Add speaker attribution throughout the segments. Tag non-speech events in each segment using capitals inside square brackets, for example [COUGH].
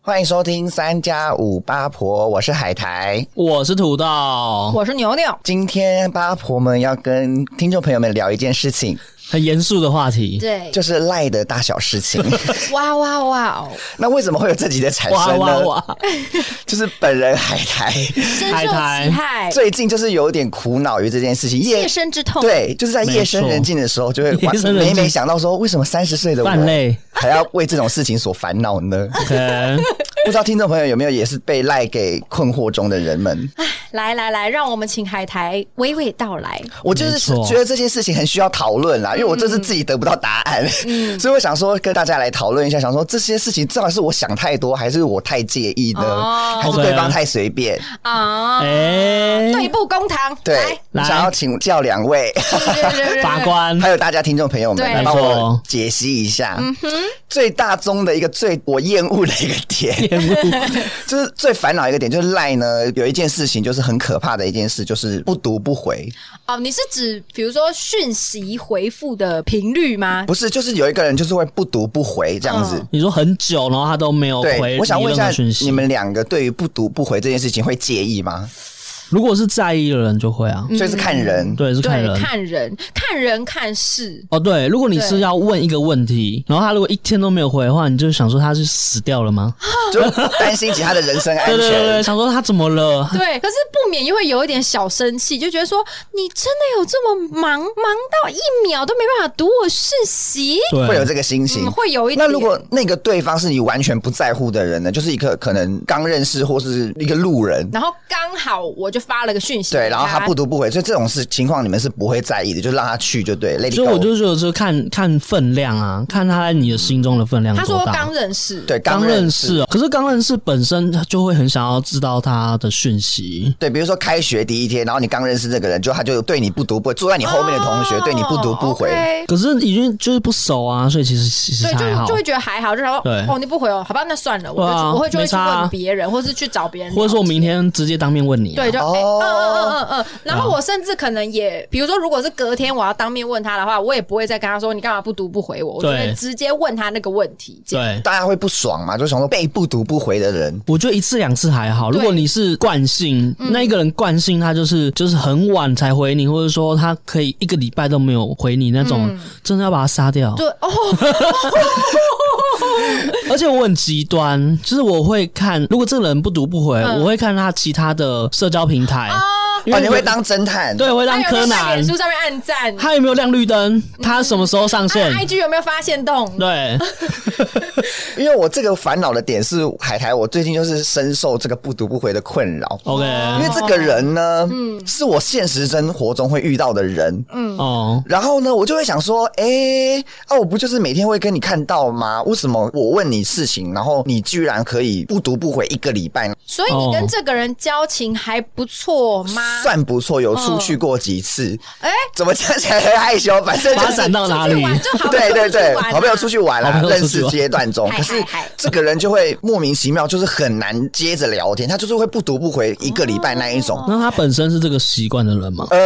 Speaker 1: 欢迎收听三加五八婆，我是海苔。
Speaker 2: 我是土豆，
Speaker 3: 我是牛牛，
Speaker 1: 今天八婆们要跟听众朋友们聊一件事情，
Speaker 2: 很严肃的话
Speaker 1: [LAUGHS]
Speaker 2: 题。
Speaker 3: 对
Speaker 1: 就是赖的大小事
Speaker 2: [LAUGHS]
Speaker 1: 情。
Speaker 3: 哇哇哇哦，
Speaker 1: 那为什么会有这集的产
Speaker 2: 哇
Speaker 1: 生呢？
Speaker 2: 哇哇！
Speaker 1: 就是本人海苔
Speaker 3: 深
Speaker 2: 海
Speaker 3: 受
Speaker 2: 苔
Speaker 3: 其害，
Speaker 1: 最近就是有点苦恼于这件事情，夜
Speaker 3: 夜深之痛，
Speaker 1: 对，就是在夜深
Speaker 2: 没错
Speaker 1: 人静的时候，就会
Speaker 2: 夜深人
Speaker 1: 每
Speaker 2: 静
Speaker 1: 每想到说，为什么三十岁的我
Speaker 2: 泛泪
Speaker 1: 还要为这种事情所烦恼呢？
Speaker 2: 可能
Speaker 1: 不知道听众朋友有没有也是被赖给困惑中的人们？
Speaker 3: 来来来，让我们请海苔娓娓道来。
Speaker 1: 我就是
Speaker 2: 没错
Speaker 1: 觉得这件事情很需要讨论
Speaker 3: 嗯
Speaker 1: 啦，因为我这是自己得不到答案， [LAUGHS] 所以我想说跟大家来讨论一下，想说这些事情到底是我想太多，还是我太介意呢？
Speaker 3: 哦
Speaker 1: 还是
Speaker 2: OK
Speaker 1: 对方太随便？
Speaker 3: 啊，
Speaker 2: 哎，
Speaker 3: 对簿公堂，
Speaker 1: 对，
Speaker 2: 来
Speaker 1: 想要请教两位，
Speaker 2: [LAUGHS]
Speaker 3: 来
Speaker 2: 法，官
Speaker 1: 还有大家听众朋友们，
Speaker 3: 对嗯
Speaker 1: 来帮
Speaker 2: 没
Speaker 1: 我
Speaker 2: 错
Speaker 1: 解析一下。最大宗的一个最我厌恶的一个点，
Speaker 2: 厌恶，
Speaker 1: [LAUGHS] 就是最烦恼一个点，就是赖呢有一件事情，就是很可怕的一件事，就是不读不回。
Speaker 3: [LAUGHS] 哦，你是指比如说讯息回复的频率吗？
Speaker 1: 不是，就是有一个人就是会不读不回这样子。
Speaker 3: 嗯
Speaker 2: 你说很久，然后他都没有
Speaker 1: 对，
Speaker 2: 回
Speaker 1: 我想问一
Speaker 2: 任何
Speaker 1: 下
Speaker 2: 讯，息。
Speaker 1: 你们两个对于不读不回这件事情会介意吗？
Speaker 2: 如果是在意的人就会
Speaker 3: 嗯
Speaker 2: 啊，
Speaker 1: 所以是看人，
Speaker 3: [LAUGHS]
Speaker 2: 对，是看
Speaker 3: 对，
Speaker 2: 人。
Speaker 3: 看人，看人看事，
Speaker 2: 哦，对，如果你是
Speaker 3: 对
Speaker 2: 要问一个问题，然后他如果一天都没有回的话，你就想说他是死掉了吗？
Speaker 1: 就担心其他的人身安
Speaker 2: 对
Speaker 1: 全。
Speaker 2: 对对对，想说他怎么了？
Speaker 3: 对，可是不免又会有一点小生气，就觉得说你真的有这么忙，忙到一秒都没办法读我讯息，
Speaker 2: 对，
Speaker 1: 会有这个心情。
Speaker 3: 嗯，会有一点。
Speaker 1: 那如果那个对方是你完全不在乎的人呢？就是一个可能刚认识或是一个路人，
Speaker 3: 然后刚好我就发了个讯息给，
Speaker 1: 对，然后他不读不回，所以这种事情况你们是不会在意的，就让他去就对。Lady
Speaker 2: 所以我
Speaker 1: Go，
Speaker 2: 就觉得说看看分量啊，看他在你的心中的分量
Speaker 3: 他
Speaker 2: 多
Speaker 3: 说
Speaker 2: 大。
Speaker 3: 刚认识，
Speaker 1: 对
Speaker 2: 刚
Speaker 1: 认
Speaker 2: 认识，哦，可是刚认识本身他就会很想要知道他的讯息。
Speaker 1: 对，比如说开学第一天，然后你刚认识这个人，就他就对你不读不回，坐在你
Speaker 3: 哦，
Speaker 1: 后面的同学对你不读不回，
Speaker 3: OK
Speaker 2: 可是已经就是不熟啊，所以其实其实
Speaker 3: 对，
Speaker 2: 还
Speaker 3: 就
Speaker 2: 好
Speaker 3: 就，会觉得还好，就想说
Speaker 2: 对
Speaker 3: 哦，你不回哦，好吧，那算了，我
Speaker 2: 对
Speaker 3: 就
Speaker 2: 啊
Speaker 3: 去我会就会
Speaker 2: 没
Speaker 3: 去
Speaker 2: 差啊
Speaker 3: 问别人，或是去找别人聊天，
Speaker 2: 或者说我明天直接当面问你、啊。
Speaker 3: 对，就哎
Speaker 1: 哦
Speaker 3: 嗯嗯嗯嗯嗯，然后我甚至可能也，比如说，如果是隔天我要当面问他的话，我也不会再跟他说你干嘛不读不回我，我就
Speaker 2: 对
Speaker 3: 会直接问他那个问题。这样
Speaker 2: 对，
Speaker 1: 大家会不爽嘛？就想说被不读不回的人，
Speaker 2: 我觉得一次两次还好。
Speaker 3: 对嗯
Speaker 2: 如果你是惯性，那一个人惯性他就是就是很晚才回你，或者说他可以一个礼拜都没有回你那种，
Speaker 3: 嗯
Speaker 2: 真的要把他杀掉。
Speaker 3: 对哦，
Speaker 2: 而且我很极端，就是我会看，如果这个人不读不回，
Speaker 3: 嗯
Speaker 2: 我会看他其他的社交平台，因
Speaker 1: 哦，
Speaker 2: 为
Speaker 1: 你会当侦探，
Speaker 2: 对，我会
Speaker 3: 他
Speaker 2: 当
Speaker 3: 有没
Speaker 2: 柯
Speaker 3: 有在
Speaker 2: 南
Speaker 3: 脸。书上面
Speaker 2: [LAUGHS]
Speaker 3: 按赞？
Speaker 2: 他有没有亮绿灯？他什么时候上线？
Speaker 3: i g 有没有发现洞？
Speaker 2: 对，
Speaker 1: 因为我这个烦恼的点是海苔，我最近就是深受这个不读不回的困扰。
Speaker 2: OK，
Speaker 1: 因为这个人呢，是我现实生活中会遇到的人，
Speaker 2: 哦，
Speaker 1: 然后呢，我就会想说，哎、啊，我不就是每天会跟你看到吗？为什么我问你事情，然后你居然可以不读不回一个礼拜呢？
Speaker 3: 所以你
Speaker 2: 哦
Speaker 3: 跟这个人交情还不错吗？
Speaker 1: 算不错，有出
Speaker 2: 哦
Speaker 1: 去过几次，
Speaker 3: 哎，
Speaker 1: 怎么讲起来很害羞？反正就
Speaker 2: 发
Speaker 1: 是
Speaker 2: 展到哪
Speaker 3: 出去
Speaker 2: 里？
Speaker 3: 玩啊就
Speaker 1: [LAUGHS]
Speaker 3: 好，
Speaker 1: 对对对，好
Speaker 3: 好
Speaker 1: 朋友出去玩啊啦
Speaker 2: 好，朋友
Speaker 1: 认
Speaker 2: 出去
Speaker 1: 识
Speaker 2: 玩
Speaker 1: 阶段中，
Speaker 3: 嗨
Speaker 1: 可是
Speaker 3: 嗨嗨
Speaker 1: 这个人就会莫名其妙，就是很难接着聊天，他就是会不读不回一个礼拜那一种。
Speaker 2: 那他本身是这个习惯的人吗？
Speaker 1: 呃，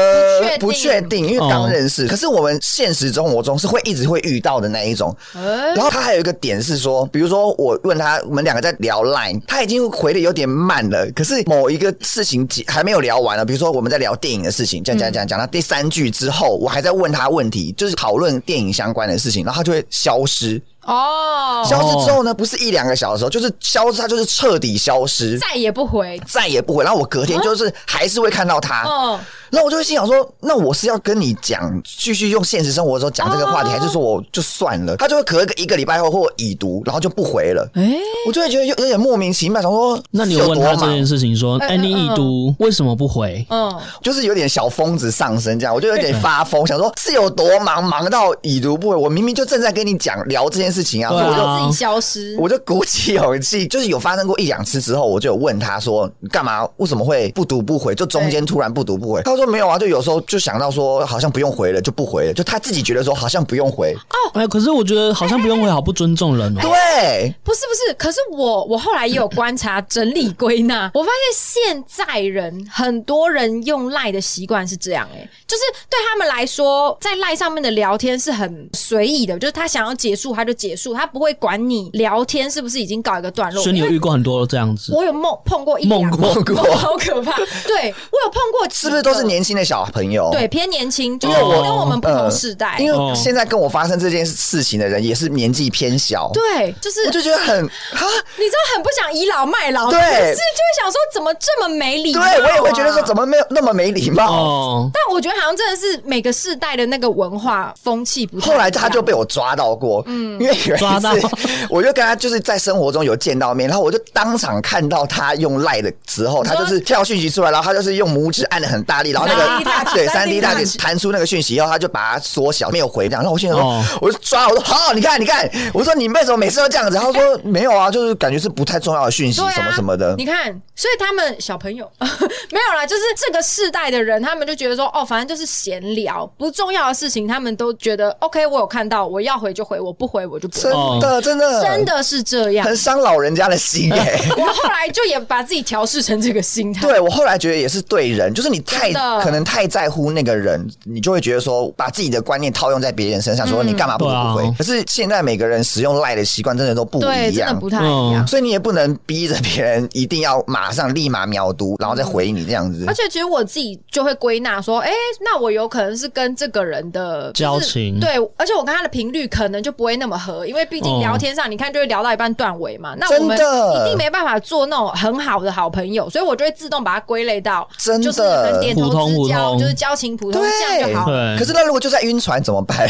Speaker 1: 哦不
Speaker 3: 不
Speaker 1: 确
Speaker 3: 确
Speaker 1: 定，因为刚认
Speaker 2: 哦
Speaker 1: 识。可是我们现实生活中是会一直会遇到的那一种。
Speaker 3: 哎
Speaker 1: 然后他还有一个点是说，比如说我问他，我们两个在聊 Line，他已经回的有点慢了，可是某一个事情结还没有聊完了，啊比如说我们在聊电影的事情，讲讲讲讲到第三句之后，我还在问他问题，就是讨论电影相关的事情，然后他就会消失。
Speaker 3: 哦，
Speaker 1: 消失之后呢，不是一两个小时哦，就是消失，他就是彻底消失，
Speaker 3: 再也不回。
Speaker 1: 再也不回。然后我隔
Speaker 2: 啊
Speaker 1: 天就是还是会看到他。
Speaker 2: 哦
Speaker 3: 嗯，
Speaker 1: 那我就会心想说，那我是要跟你讲，继续用现实生活的时候讲这个
Speaker 2: 哦
Speaker 1: 话题，还是说我就算了？他就会隔个一个礼拜后或已读，然后就不回了。
Speaker 3: 哎，
Speaker 1: 我就会觉得有有点莫名其妙，想说
Speaker 2: 嗯那你有问他
Speaker 1: 多
Speaker 2: 这件
Speaker 1: 忙，
Speaker 2: 事情，说，
Speaker 3: 嗯
Speaker 2: 哎，你已读为什么不回？
Speaker 3: 嗯，
Speaker 1: 就是有点小疯子上身这样，我就有点发疯，想说是有多忙，忙到已读不回。我明明就正在跟你讲聊这件事情啊，
Speaker 2: 对
Speaker 1: 所以我就
Speaker 2: 啊
Speaker 3: 自己消失。
Speaker 1: 我就鼓起勇气，就是有发生过一两次之后，我就有问他说：“你干嘛？为什么会不读不回？就中间突然不读不回？”他说：“没有啊，就有时候就想到说好像不用回了，就不回了，就他自己觉得说好像不用回。
Speaker 3: 啊
Speaker 2: 哎，可是我觉得好像不用回，好不尊重人哦。
Speaker 1: 对，
Speaker 3: 不是不是，可是我我后来也有观察整理
Speaker 1: [LAUGHS]
Speaker 3: 归纳，我发现现在人很多人用赖的习惯是这样、欸，哎，就是对他们来说，在赖上面的聊天是很随意的，就是他想要结束他就结束，他不会管你聊天是不是已经告一个段落。
Speaker 2: 所以你
Speaker 3: 因
Speaker 2: 有
Speaker 3: 为
Speaker 2: 遇过很多这样子，
Speaker 3: 我有梦碰过一两
Speaker 2: 梦
Speaker 3: 个
Speaker 2: 过
Speaker 1: 过
Speaker 3: 好可怕。对我有碰过几个，
Speaker 1: 是不是都是年轻的小朋友？哦
Speaker 3: 对偏年轻，就是
Speaker 2: 因为我
Speaker 3: 跟我们不同
Speaker 1: 嗯
Speaker 3: 世代。
Speaker 1: 哦因
Speaker 2: 哦
Speaker 1: 为现在跟我发生这件事情的人也是年纪偏小，
Speaker 3: 对，就是
Speaker 1: 我就觉得很啊，
Speaker 3: 你知道很不想倚老卖老，
Speaker 1: 对
Speaker 3: 可是就会想说怎么这么没礼貌、
Speaker 1: 对
Speaker 3: 啊？
Speaker 1: 我也会觉得说怎
Speaker 3: 么。
Speaker 1: 么没有那么没礼貌。
Speaker 2: 哦，
Speaker 3: 但我觉得好像真的是每个世代的那个文化风气不太一样。
Speaker 1: 后来他就被我抓到过，嗯，因为有一
Speaker 2: 抓到
Speaker 1: 次 [LAUGHS] 我就跟他就是在生活中有见到面，然后我就当场看到他用赖的时候，他就是跳讯息出来，然后他就是用拇指按的很大力，然后那
Speaker 3: 3D
Speaker 1: 个
Speaker 3: touch，
Speaker 1: 对
Speaker 3: 3D
Speaker 1: 三 D 大姐
Speaker 3: touch
Speaker 1: 弹出那个讯息以后，他就把它缩小，没有回这样。然后我心想
Speaker 2: 哦
Speaker 1: 说，我就抓，我说好，你看你看，我说你为什么每次都这样子？他说没有啊，就是感觉是不太重要的讯息
Speaker 3: 对啊
Speaker 1: 什么什么的。
Speaker 3: 你看，所以他们小朋友 [LAUGHS] 没有啦，就是这个世代的人，他们就觉得说，哦，反正就是闲聊，不重要的事情，他们都觉得 OK，我有看到，我要回就回，我不回我就不
Speaker 1: 真
Speaker 3: 回，
Speaker 1: 的，真的，
Speaker 3: 真的是这样
Speaker 1: 很。伤老人家的心哎、
Speaker 3: 我后来就也把自己调试成这个心 [LAUGHS] 态。
Speaker 1: 对我后来觉得也是对人，就是你太
Speaker 3: 真的
Speaker 1: 可能太在乎那个人，你就会觉得说把自己的观念套用在别人身上，
Speaker 3: 嗯
Speaker 1: 说你干嘛不
Speaker 2: 对啊
Speaker 1: 不回？可是现在每个人使用赖的习惯真的都不
Speaker 3: 对，
Speaker 1: 一
Speaker 3: 真的
Speaker 1: 样。
Speaker 3: 不太一样
Speaker 2: 嗯。
Speaker 1: 所以你也不能逼着别人一定要马上立马秒读，然后再回你这样子
Speaker 3: 而。且其实我自己就会归纳说，哎、那我有可能是跟这个人的、就是
Speaker 2: 交情
Speaker 3: 对，而且我跟他的频率可能就不会那么合，因为毕竟
Speaker 2: 哦
Speaker 3: 聊天上，你看就会聊到一半断尾嘛，那
Speaker 1: 真
Speaker 3: 我们
Speaker 1: 的
Speaker 3: 一定没办法做那种很好的好朋友，所以我就会自动把它归类到
Speaker 1: 真的
Speaker 3: 就是很点头
Speaker 2: 普通
Speaker 3: 之
Speaker 2: 普
Speaker 3: 交，
Speaker 2: 通
Speaker 3: 就是交情普通
Speaker 1: 对
Speaker 3: 这样就好。
Speaker 2: 对
Speaker 1: 可是那如果就在晕船怎么
Speaker 2: [LAUGHS]
Speaker 1: 办？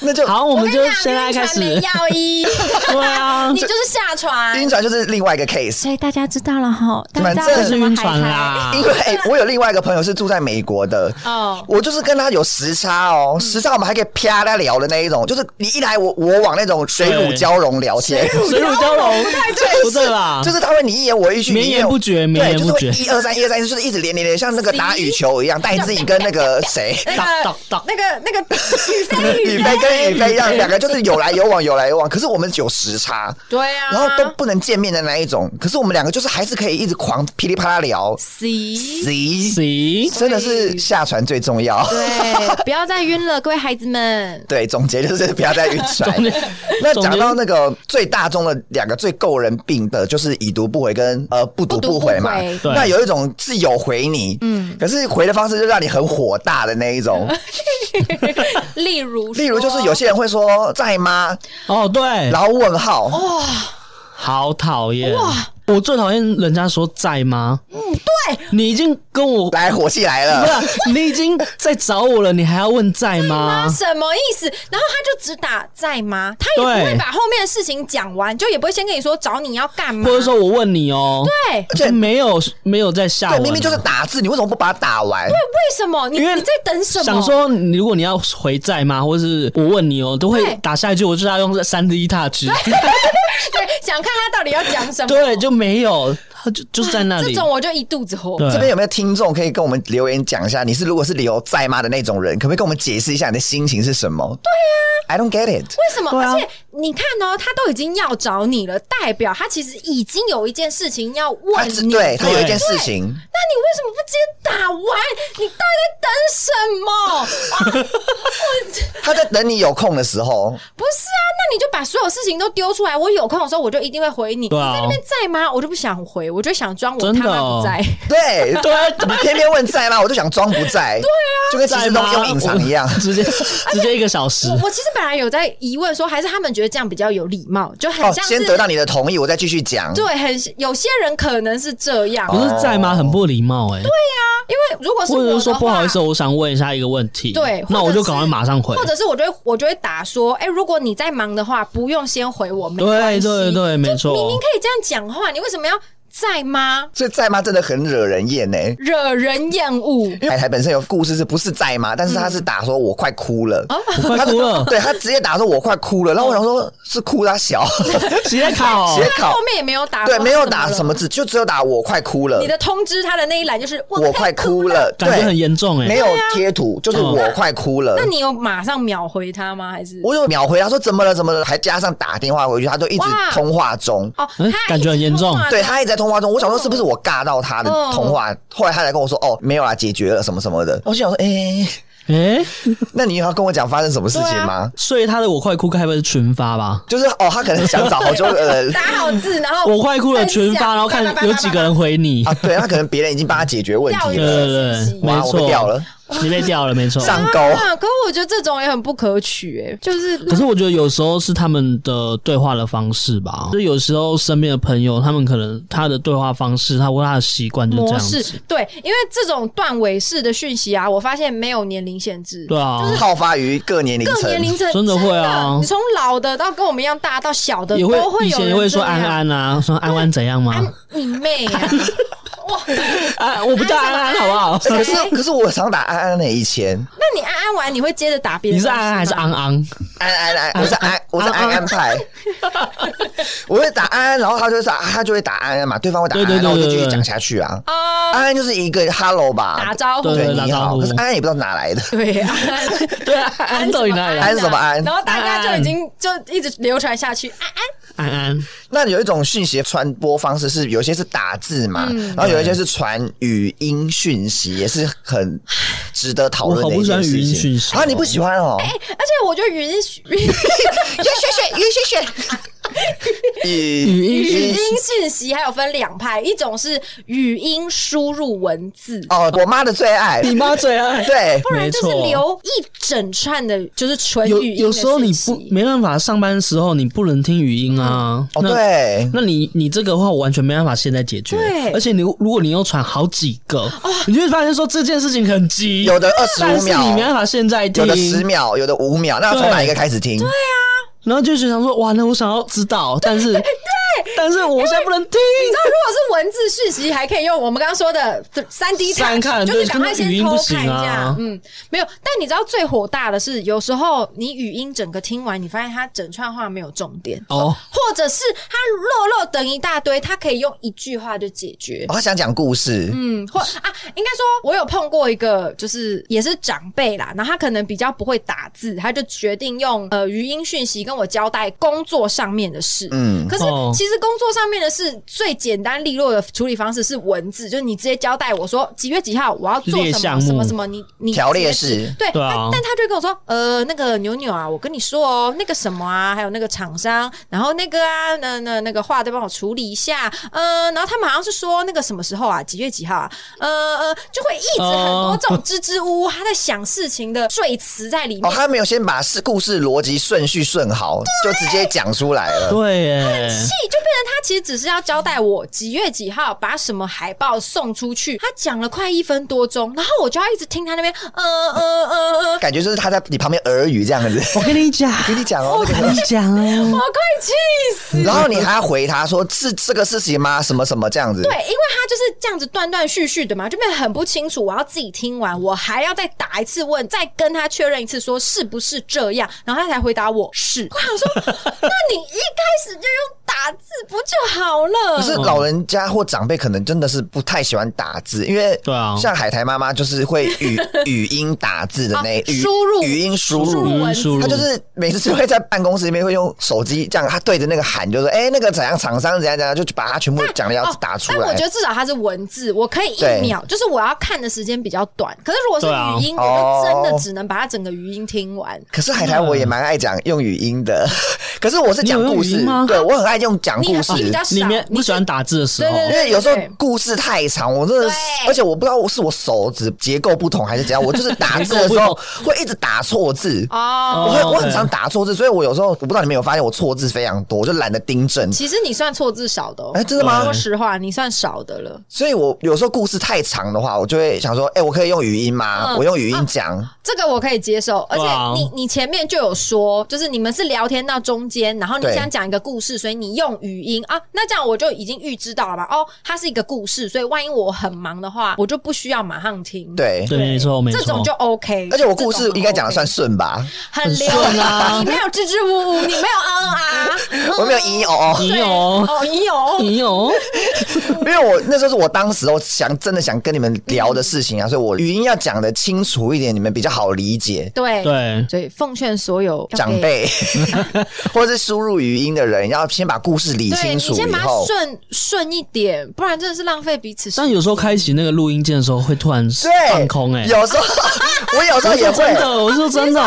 Speaker 1: 那就
Speaker 2: 好，我
Speaker 3: 我
Speaker 2: 们
Speaker 3: 跟你
Speaker 2: 就
Speaker 3: 讲，
Speaker 2: 现在开
Speaker 3: 晕
Speaker 2: 始，
Speaker 3: 船没药医，
Speaker 2: 对啊
Speaker 3: 你，就是下船。
Speaker 1: 晕船就是另外一个 case。
Speaker 3: 所以大家知道了哈，大家知道
Speaker 1: 反正
Speaker 3: 为
Speaker 2: 这
Speaker 3: 什
Speaker 2: 是
Speaker 3: 么
Speaker 2: 晕
Speaker 3: 海
Speaker 2: 船 [LAUGHS]
Speaker 3: 苔
Speaker 2: 啦，
Speaker 1: 因为哎我有另外一个朋友是住在美国的，
Speaker 3: 哦，
Speaker 1: 我就是跟他有时差
Speaker 2: 嗯
Speaker 1: 哦，时差我们还可以啪啦聊的那一种，就是你一来我我往那种水乳交融聊天， [LAUGHS]
Speaker 2: 水乳交融，不对啦，
Speaker 1: 就是他会你一言我一句，
Speaker 2: 绵
Speaker 1: 你一
Speaker 2: 延不绝，绵
Speaker 1: 对，
Speaker 2: 延
Speaker 1: 就是
Speaker 2: 不
Speaker 1: 会
Speaker 2: 绝，
Speaker 1: 一二三一二三，就是一直连连连，像那个打羽球一样，带自己跟那个谁。
Speaker 3: 那
Speaker 2: 哒哒
Speaker 3: 个
Speaker 2: 哒
Speaker 3: 那个那个
Speaker 1: [LAUGHS]
Speaker 3: 宇飞
Speaker 1: 宇飞跟宇飞一样，两个就是有来有往，有来有往。可是我们有时差，
Speaker 3: 对啊，
Speaker 1: 然后都不能见面的那一种。可是我们两个就是还是可以一直狂噼里啪啦聊。
Speaker 3: C。
Speaker 1: 行，
Speaker 2: 行，
Speaker 1: 真的是下船最重要。
Speaker 3: 对，不要再晕了，各位孩子们。
Speaker 1: 对，总结就是不要再晕船。那讲到那个最大宗的两个最够人病的，就是已读不回跟呃不读不回嘛
Speaker 3: 不读。
Speaker 2: 不回
Speaker 1: 那有一种是有回你，嗯，可是回的方式就让你很火大的那一 [LAUGHS] 种。
Speaker 3: 例如说，
Speaker 1: 例如就是有些人会说在吗，
Speaker 2: 哦对，
Speaker 1: 然后问号，
Speaker 2: 好讨厌哇！我最讨厌人家说在吗？嗯，对，你已经跟我 [LAUGHS]
Speaker 1: 来火气来
Speaker 2: 不
Speaker 1: 了。
Speaker 2: 是，啊你已经在找我了，你还要问在吗？
Speaker 3: 什么意思？然后他就只打在吗？他也不会
Speaker 2: 对
Speaker 3: 把后面的事情讲完，就也不会先跟你说找你要干嘛。
Speaker 2: 或者说我问你哦、
Speaker 3: 对，
Speaker 1: 而且
Speaker 2: 没有没有在下
Speaker 1: 对，
Speaker 2: 文，
Speaker 1: 明明就是打字，你为什么不把它打完？
Speaker 3: 为什么？你
Speaker 2: 因为
Speaker 3: 你在等什么？
Speaker 2: 想说，你如果你要回在吗？或是我问你哦、都会
Speaker 3: 对
Speaker 2: 打下一句，我就是要用三 D touch，
Speaker 3: 对，想看他到底要讲什么。
Speaker 2: 对，就没有，他就就是在那
Speaker 3: 这
Speaker 2: 里，
Speaker 3: 种我就一肚子火。
Speaker 2: 对，
Speaker 1: 这边有没有听众可以跟我们留言讲一下？你是如果是留在吗的那种人，可不可以跟我们解释一下你的心情是什么？对呀，I don't get it。
Speaker 3: 为什么？
Speaker 2: 对啊
Speaker 3: 而且你看哦，他都已经要找你了，代表他其实已经有一件事情要
Speaker 1: 他
Speaker 3: 问
Speaker 1: 只
Speaker 3: 你。
Speaker 1: 对他有一件事
Speaker 3: 对
Speaker 1: 情，
Speaker 3: 那你为什么不直接打完？你到底在等
Speaker 2: [LAUGHS]
Speaker 3: 什么？
Speaker 1: 他在等你有空的时候，
Speaker 3: 不是啊，那你就把所有事情都丢出来。我有空的时候，我就一定会回你。
Speaker 2: 对啊
Speaker 3: 你在那边在吗？我就不想回，我就想装我
Speaker 2: 真的哦
Speaker 3: 他
Speaker 2: [LAUGHS]
Speaker 3: 妈不在。
Speaker 1: 对，
Speaker 2: 对啊，
Speaker 1: 你偏偏问在吗？我就想装不在，对啊，就跟其
Speaker 2: 在
Speaker 1: 实
Speaker 2: 吗
Speaker 1: 东？用隐藏一样。
Speaker 2: [LAUGHS] 直接直接一个小时
Speaker 3: 我，我其实本来有在疑问说，还是他们觉得这样比较有礼貌，就很
Speaker 1: 哦，
Speaker 3: 像是、
Speaker 1: 先得到你的同意，我再继续讲。
Speaker 3: 对，很有些人可能是这样，啊
Speaker 2: 不是在
Speaker 1: 哦
Speaker 2: 吗？很不礼貌哎、
Speaker 3: 因为如果是
Speaker 2: 哦或
Speaker 3: 我
Speaker 2: 者
Speaker 3: 的
Speaker 2: 是说
Speaker 3: 话
Speaker 2: 不好意思，我想问一下一个问题，
Speaker 3: 对或者
Speaker 2: 那我就是赶快马上回，
Speaker 3: 或者是我就会我就会打说，哎、如果你在忙的话，不用先回我，没关
Speaker 2: 对
Speaker 3: 系。
Speaker 2: 对对，没错，
Speaker 3: 明明可以这样讲话，你为什么要在吗？
Speaker 1: 所以在吗真的很惹人厌呢、
Speaker 3: 惹人厌恶。
Speaker 1: 因为海苔本身有故事是不是在吗？但是他是打说我快哭了，
Speaker 2: 我快哭了，
Speaker 1: 对他直接打说我快哭了，然后我想说是哭他小，
Speaker 2: 直接
Speaker 3: [LAUGHS]
Speaker 2: 考
Speaker 1: 写
Speaker 3: 后
Speaker 1: 考
Speaker 3: 面也没有打，
Speaker 1: 对没有打什
Speaker 3: 么
Speaker 1: 么字，就只有打我快哭
Speaker 2: 呃
Speaker 3: 了。
Speaker 1: 了
Speaker 3: 你，的通知他的那一栏就是
Speaker 1: 我快哭。了，
Speaker 2: 感觉很
Speaker 1: [LAUGHS] 对，
Speaker 2: 严重哎、
Speaker 1: 没有贴图，就是
Speaker 2: 嗯
Speaker 1: 我快哭了
Speaker 3: 那。你有马上秒回他吗？还是
Speaker 1: 我有秒回他说怎么了怎么了，还加上打电话回去，他都一直
Speaker 3: 哇
Speaker 1: 通话中，
Speaker 3: 哦
Speaker 2: 嗯，
Speaker 3: 他
Speaker 2: 感觉很严重
Speaker 3: 一直通话
Speaker 1: 对他一直在通话中，我想说是不是我尬到他的
Speaker 3: 嗯
Speaker 1: 通话？后来他才跟我说，哦，没有啦，解决了什么什么的。我心想说，哎、
Speaker 2: 哎、
Speaker 1: [LAUGHS] 那你有要跟我讲发生什么事
Speaker 3: 啊
Speaker 1: 情吗？
Speaker 2: 所以他的我快哭，该不会是群发吧？
Speaker 1: 就是哦，他可能想找好久呃的
Speaker 3: [LAUGHS]
Speaker 1: 人
Speaker 3: 打好字，然后
Speaker 2: [LAUGHS] 我快哭了，群发，然后看
Speaker 3: 分享
Speaker 2: 有几个人回你。
Speaker 1: 啊，对他可能别人已经帮他解决问题
Speaker 2: 对
Speaker 3: 掉
Speaker 1: 了，
Speaker 2: 对对
Speaker 3: 信，息
Speaker 2: 没
Speaker 1: 哇，我
Speaker 2: 错，
Speaker 1: 被掉了，
Speaker 2: 你被掉了，没错。
Speaker 1: 上钩。
Speaker 3: 啊，可是我觉得这种也很不可取、哎，
Speaker 2: [LAUGHS]
Speaker 3: 就是
Speaker 2: 可是我觉得有时候是他们的对话的方式吧，就有时候身边的朋友，他们可能他的对话方式，他或他的习惯就是这
Speaker 3: 模
Speaker 2: 样
Speaker 3: 式
Speaker 2: 子。
Speaker 3: 对，因为这种断尾式的讯息啊，我发现没有年龄限制，
Speaker 2: 对啊，
Speaker 1: 好发于各年龄
Speaker 3: 各
Speaker 1: 层
Speaker 3: 年，龄层
Speaker 2: 真的会啊
Speaker 3: 你从老的到跟我们一样大到小的，
Speaker 2: 也
Speaker 3: 呃都
Speaker 2: 会
Speaker 3: 有
Speaker 2: 以前也
Speaker 3: 人
Speaker 2: 会说
Speaker 3: 这样
Speaker 2: 安，安啊，说安安怎样吗？
Speaker 3: 安你妹啊！哇，
Speaker 2: 啊，我不叫安安好不好？
Speaker 1: 可是可是我常打安安的，以前
Speaker 3: 那你安安完你会接着打别人？
Speaker 2: 你是安安还是？昂昂？
Speaker 1: 安安安，我是安，我是安安
Speaker 2: [LAUGHS]
Speaker 1: 派，我会打安安，然后他就会说，啊他就会打安安嘛，对方会打安
Speaker 2: 对
Speaker 1: 安，
Speaker 2: 对对
Speaker 1: 然后我就
Speaker 2: 对
Speaker 1: 继续
Speaker 2: 对
Speaker 1: 讲下去啊。
Speaker 3: 啊，
Speaker 1: 安安就是一个 hello 吧，
Speaker 3: 打招呼，
Speaker 2: 对
Speaker 1: 对
Speaker 2: 打
Speaker 1: 你
Speaker 2: 招
Speaker 1: 好，
Speaker 2: 呼
Speaker 1: 可是安安也不知道哪来的， [LAUGHS]
Speaker 3: 对啊，
Speaker 2: 对啊，安安到底哪里来
Speaker 1: 安？什么安
Speaker 3: 然后大家就已经就一直流传下去，哎安安
Speaker 2: 安安，
Speaker 1: 那有一种讯息传播方式是，有些是打字嘛，
Speaker 3: 嗯
Speaker 1: 然后有一些是传语音讯息，也是很值得讨论的一件
Speaker 2: 我好不喜欢语
Speaker 1: 事
Speaker 2: 音讯
Speaker 1: 情。
Speaker 2: 息哦
Speaker 1: 啊，你不喜欢哦？
Speaker 3: 哎，而且我觉得语音语音 [LAUGHS]
Speaker 1: 学学学，学学学， [LAUGHS] 语
Speaker 2: 音
Speaker 3: 语音讯息还有分两派，一种是语音输入文字，
Speaker 1: 哦，我妈的最爱，
Speaker 2: 你妈最爱。
Speaker 1: 对
Speaker 3: 不然就是
Speaker 2: 没错
Speaker 3: 留一整串的，就是纯
Speaker 2: 有
Speaker 3: 语音的
Speaker 2: 有时候你不
Speaker 3: 讯息
Speaker 2: 没办法，上班时候你不能听语音啊。
Speaker 1: 哦
Speaker 2: 那
Speaker 1: 对，
Speaker 2: 那你你这个的话，我完全没办法现在解决。
Speaker 3: 对
Speaker 2: 而且你如果你又传好几个，你就会发现说这件事情很急，
Speaker 1: 有的25
Speaker 2: 但是你
Speaker 1: 秒
Speaker 2: 没办法现在听
Speaker 1: 有，的十秒，有的五秒，那要从
Speaker 2: 对
Speaker 1: 哪一个开始听？
Speaker 2: 然后就是想说哇，那我想要知道，但是对，但是我现在不能听。
Speaker 3: 那如果是文字讯息，还可以用我们刚刚说的三 D
Speaker 2: 三看
Speaker 3: 就是
Speaker 2: 对
Speaker 3: 赶快
Speaker 2: 跟语
Speaker 3: 先
Speaker 2: 音
Speaker 3: 偷
Speaker 2: 不
Speaker 3: 看
Speaker 2: 行
Speaker 3: 一下。
Speaker 2: 啊
Speaker 3: 嗯，没有。但你知道最火大的是，有时候你语音整个听完，你发现它整串话没有重点，
Speaker 2: 哦，
Speaker 3: 或者是它漏漏等一大堆，它可以用一句话就解决。
Speaker 1: 我哦想讲故事，
Speaker 3: 嗯，或啊，应该说，我有碰过一个，就是也是长辈啦，然后他可能比较不会打字，他就决定用呃语音讯息跟我交代工作上面的事。
Speaker 1: 嗯，
Speaker 3: 可是
Speaker 2: 哦
Speaker 3: 其实工作上面的事最简单利落的处理方式是文字，就是你直接交代我说几月几号我要做
Speaker 2: 列
Speaker 3: 什
Speaker 2: 项
Speaker 3: 么
Speaker 2: 目
Speaker 3: 什么什么，你你
Speaker 1: 条列
Speaker 3: 直接
Speaker 1: 式
Speaker 3: 对，
Speaker 2: 对啊
Speaker 3: 但但他就跟我说，呃，那个牛牛啊，我跟你说哦，那个什么啊，还有那个厂商，然后那个啊，那那那个话再帮我处理一下，呃，然后他们好像是说那个什么时候啊，几月几号啊，呃呃，就会一直很多
Speaker 2: 哦
Speaker 3: 这种支支吾吾，他在想事情的赘词在里面
Speaker 1: 哦，，他没有先把事故事逻辑顺序顺好，就直接讲出来了。
Speaker 2: 对耶，
Speaker 3: 气，就变成他其实只是要交代我几月几号把什么海报送出去。他讲了快一分多钟，然后我就要一直听他那边，呃呃呃呃，
Speaker 1: 感觉就是他在你旁边耳语这样子，
Speaker 2: 我跟你讲，
Speaker 1: 跟你 [LAUGHS] 讲哦，
Speaker 2: 我
Speaker 1: 这个
Speaker 2: 跟你讲
Speaker 3: 我
Speaker 2: 哦，
Speaker 3: 快气死。
Speaker 1: 然后你还要回他说是这个事情吗？什么什么这样子？
Speaker 3: 对，因为他就是这样子断断续续的嘛，就变得很不清楚。我要自己听完，我还要再打一次问，再跟他确认一次，说是不是这样，然后他才回答我
Speaker 1: [LAUGHS]
Speaker 3: 是。我想说，那你一开始就用打字不就好了？
Speaker 1: 可是老人家或长辈可能真的是不太喜欢打字，因为
Speaker 2: 对啊
Speaker 1: 像海苔妈妈就是会语 [LAUGHS] 语音打字的那
Speaker 3: 啊
Speaker 1: 语
Speaker 3: 输入
Speaker 1: 语音输
Speaker 3: 输
Speaker 1: 入
Speaker 3: 入。文字
Speaker 2: 输入
Speaker 1: 他就是每次会在办公室里面会用手机这样，他对着那个喊，就说：“哎、那个怎样厂商怎样怎样，就把他全部讲的要
Speaker 3: 哦
Speaker 1: 打出
Speaker 3: 但
Speaker 1: 来。
Speaker 3: 我觉得至少它是文字，我可以
Speaker 1: 对
Speaker 3: 一秒，就是我要看的时间比较短。可是如果是
Speaker 2: 对啊
Speaker 3: 语音，
Speaker 1: 哦
Speaker 3: 我就真的只能把它整个语音听完。
Speaker 1: 可是海苔我也蛮爱讲用语音的，
Speaker 3: 嗯
Speaker 1: 可是我是讲
Speaker 2: 你有用
Speaker 1: 故
Speaker 2: 语
Speaker 1: 事
Speaker 2: 音吗，
Speaker 1: 对我很爱用讲故事。
Speaker 3: 你比较少，
Speaker 2: 你没不喜欢打字的时候
Speaker 3: 对对
Speaker 1: 因
Speaker 3: 对
Speaker 1: 为有时候
Speaker 3: 对
Speaker 1: 故事太长，我真的是，
Speaker 3: 对
Speaker 1: 而且我不知道是我手指结构不同还是怎样，我就是打字的时
Speaker 2: 结
Speaker 1: 候
Speaker 2: 构
Speaker 1: 会一直打错字。
Speaker 3: [LAUGHS] 哦。
Speaker 1: 我会
Speaker 2: 哦
Speaker 1: 我很
Speaker 2: OK
Speaker 1: 常打错字，所以我有时候我不知道你们有没有发现我错字非常多，我就懒得订正。
Speaker 3: 其实你算错字少的、哦，
Speaker 1: 哎真的吗
Speaker 3: 说实话，你算少的了。
Speaker 1: 所以我有时候故事太长的话，我就会想说，哎、我可以用语音吗？
Speaker 3: 嗯
Speaker 1: 我用语音讲，
Speaker 3: 这个我可以接受，而且
Speaker 2: 对啊
Speaker 3: 你你前面就有说，就是你们是聊天到中间，然后你
Speaker 1: 对
Speaker 3: 想讲一个故事，所以你用语音啊，那这样我就已经预知到了嘛。哦，它是一个故事，所以万一我很忙的话，我就不需要马上听。，
Speaker 1: 对。
Speaker 2: 对，没错，没错，
Speaker 3: 这种就 OK。
Speaker 1: 而且我故事应该讲的算
Speaker 3: 算。
Speaker 1: 顺吧，
Speaker 3: 很流
Speaker 2: 很
Speaker 3: 利，
Speaker 2: 顺啊
Speaker 3: 你没有支支吾吾，你没有嗯啊，
Speaker 1: 我没有咦哦
Speaker 2: 你
Speaker 3: 对
Speaker 2: 有
Speaker 3: 哦，你有，
Speaker 2: 你
Speaker 1: [LAUGHS]
Speaker 2: 有，
Speaker 1: 哦，因为我那时候是我当时我想真的想跟你们聊的事情啊，所以我语音要讲的清楚一点，你们比较好理解。
Speaker 3: 对，
Speaker 2: 对，
Speaker 3: 所以奉劝所有要给
Speaker 1: 长辈或者是输入语音的人，要先把故事理
Speaker 3: 对
Speaker 1: 清
Speaker 3: 你
Speaker 1: 楚
Speaker 3: 先
Speaker 1: 以
Speaker 3: 把它
Speaker 1: 后，
Speaker 3: 顺顺一点，不然真的是浪费彼此时间。
Speaker 2: 但有时候开启那个录音键的时候，会突然
Speaker 1: 对，
Speaker 2: 放空哎、欸。
Speaker 1: 有时候我有时候
Speaker 2: 我
Speaker 1: 也
Speaker 2: 说
Speaker 1: 会
Speaker 2: 哎真。的，我说真的，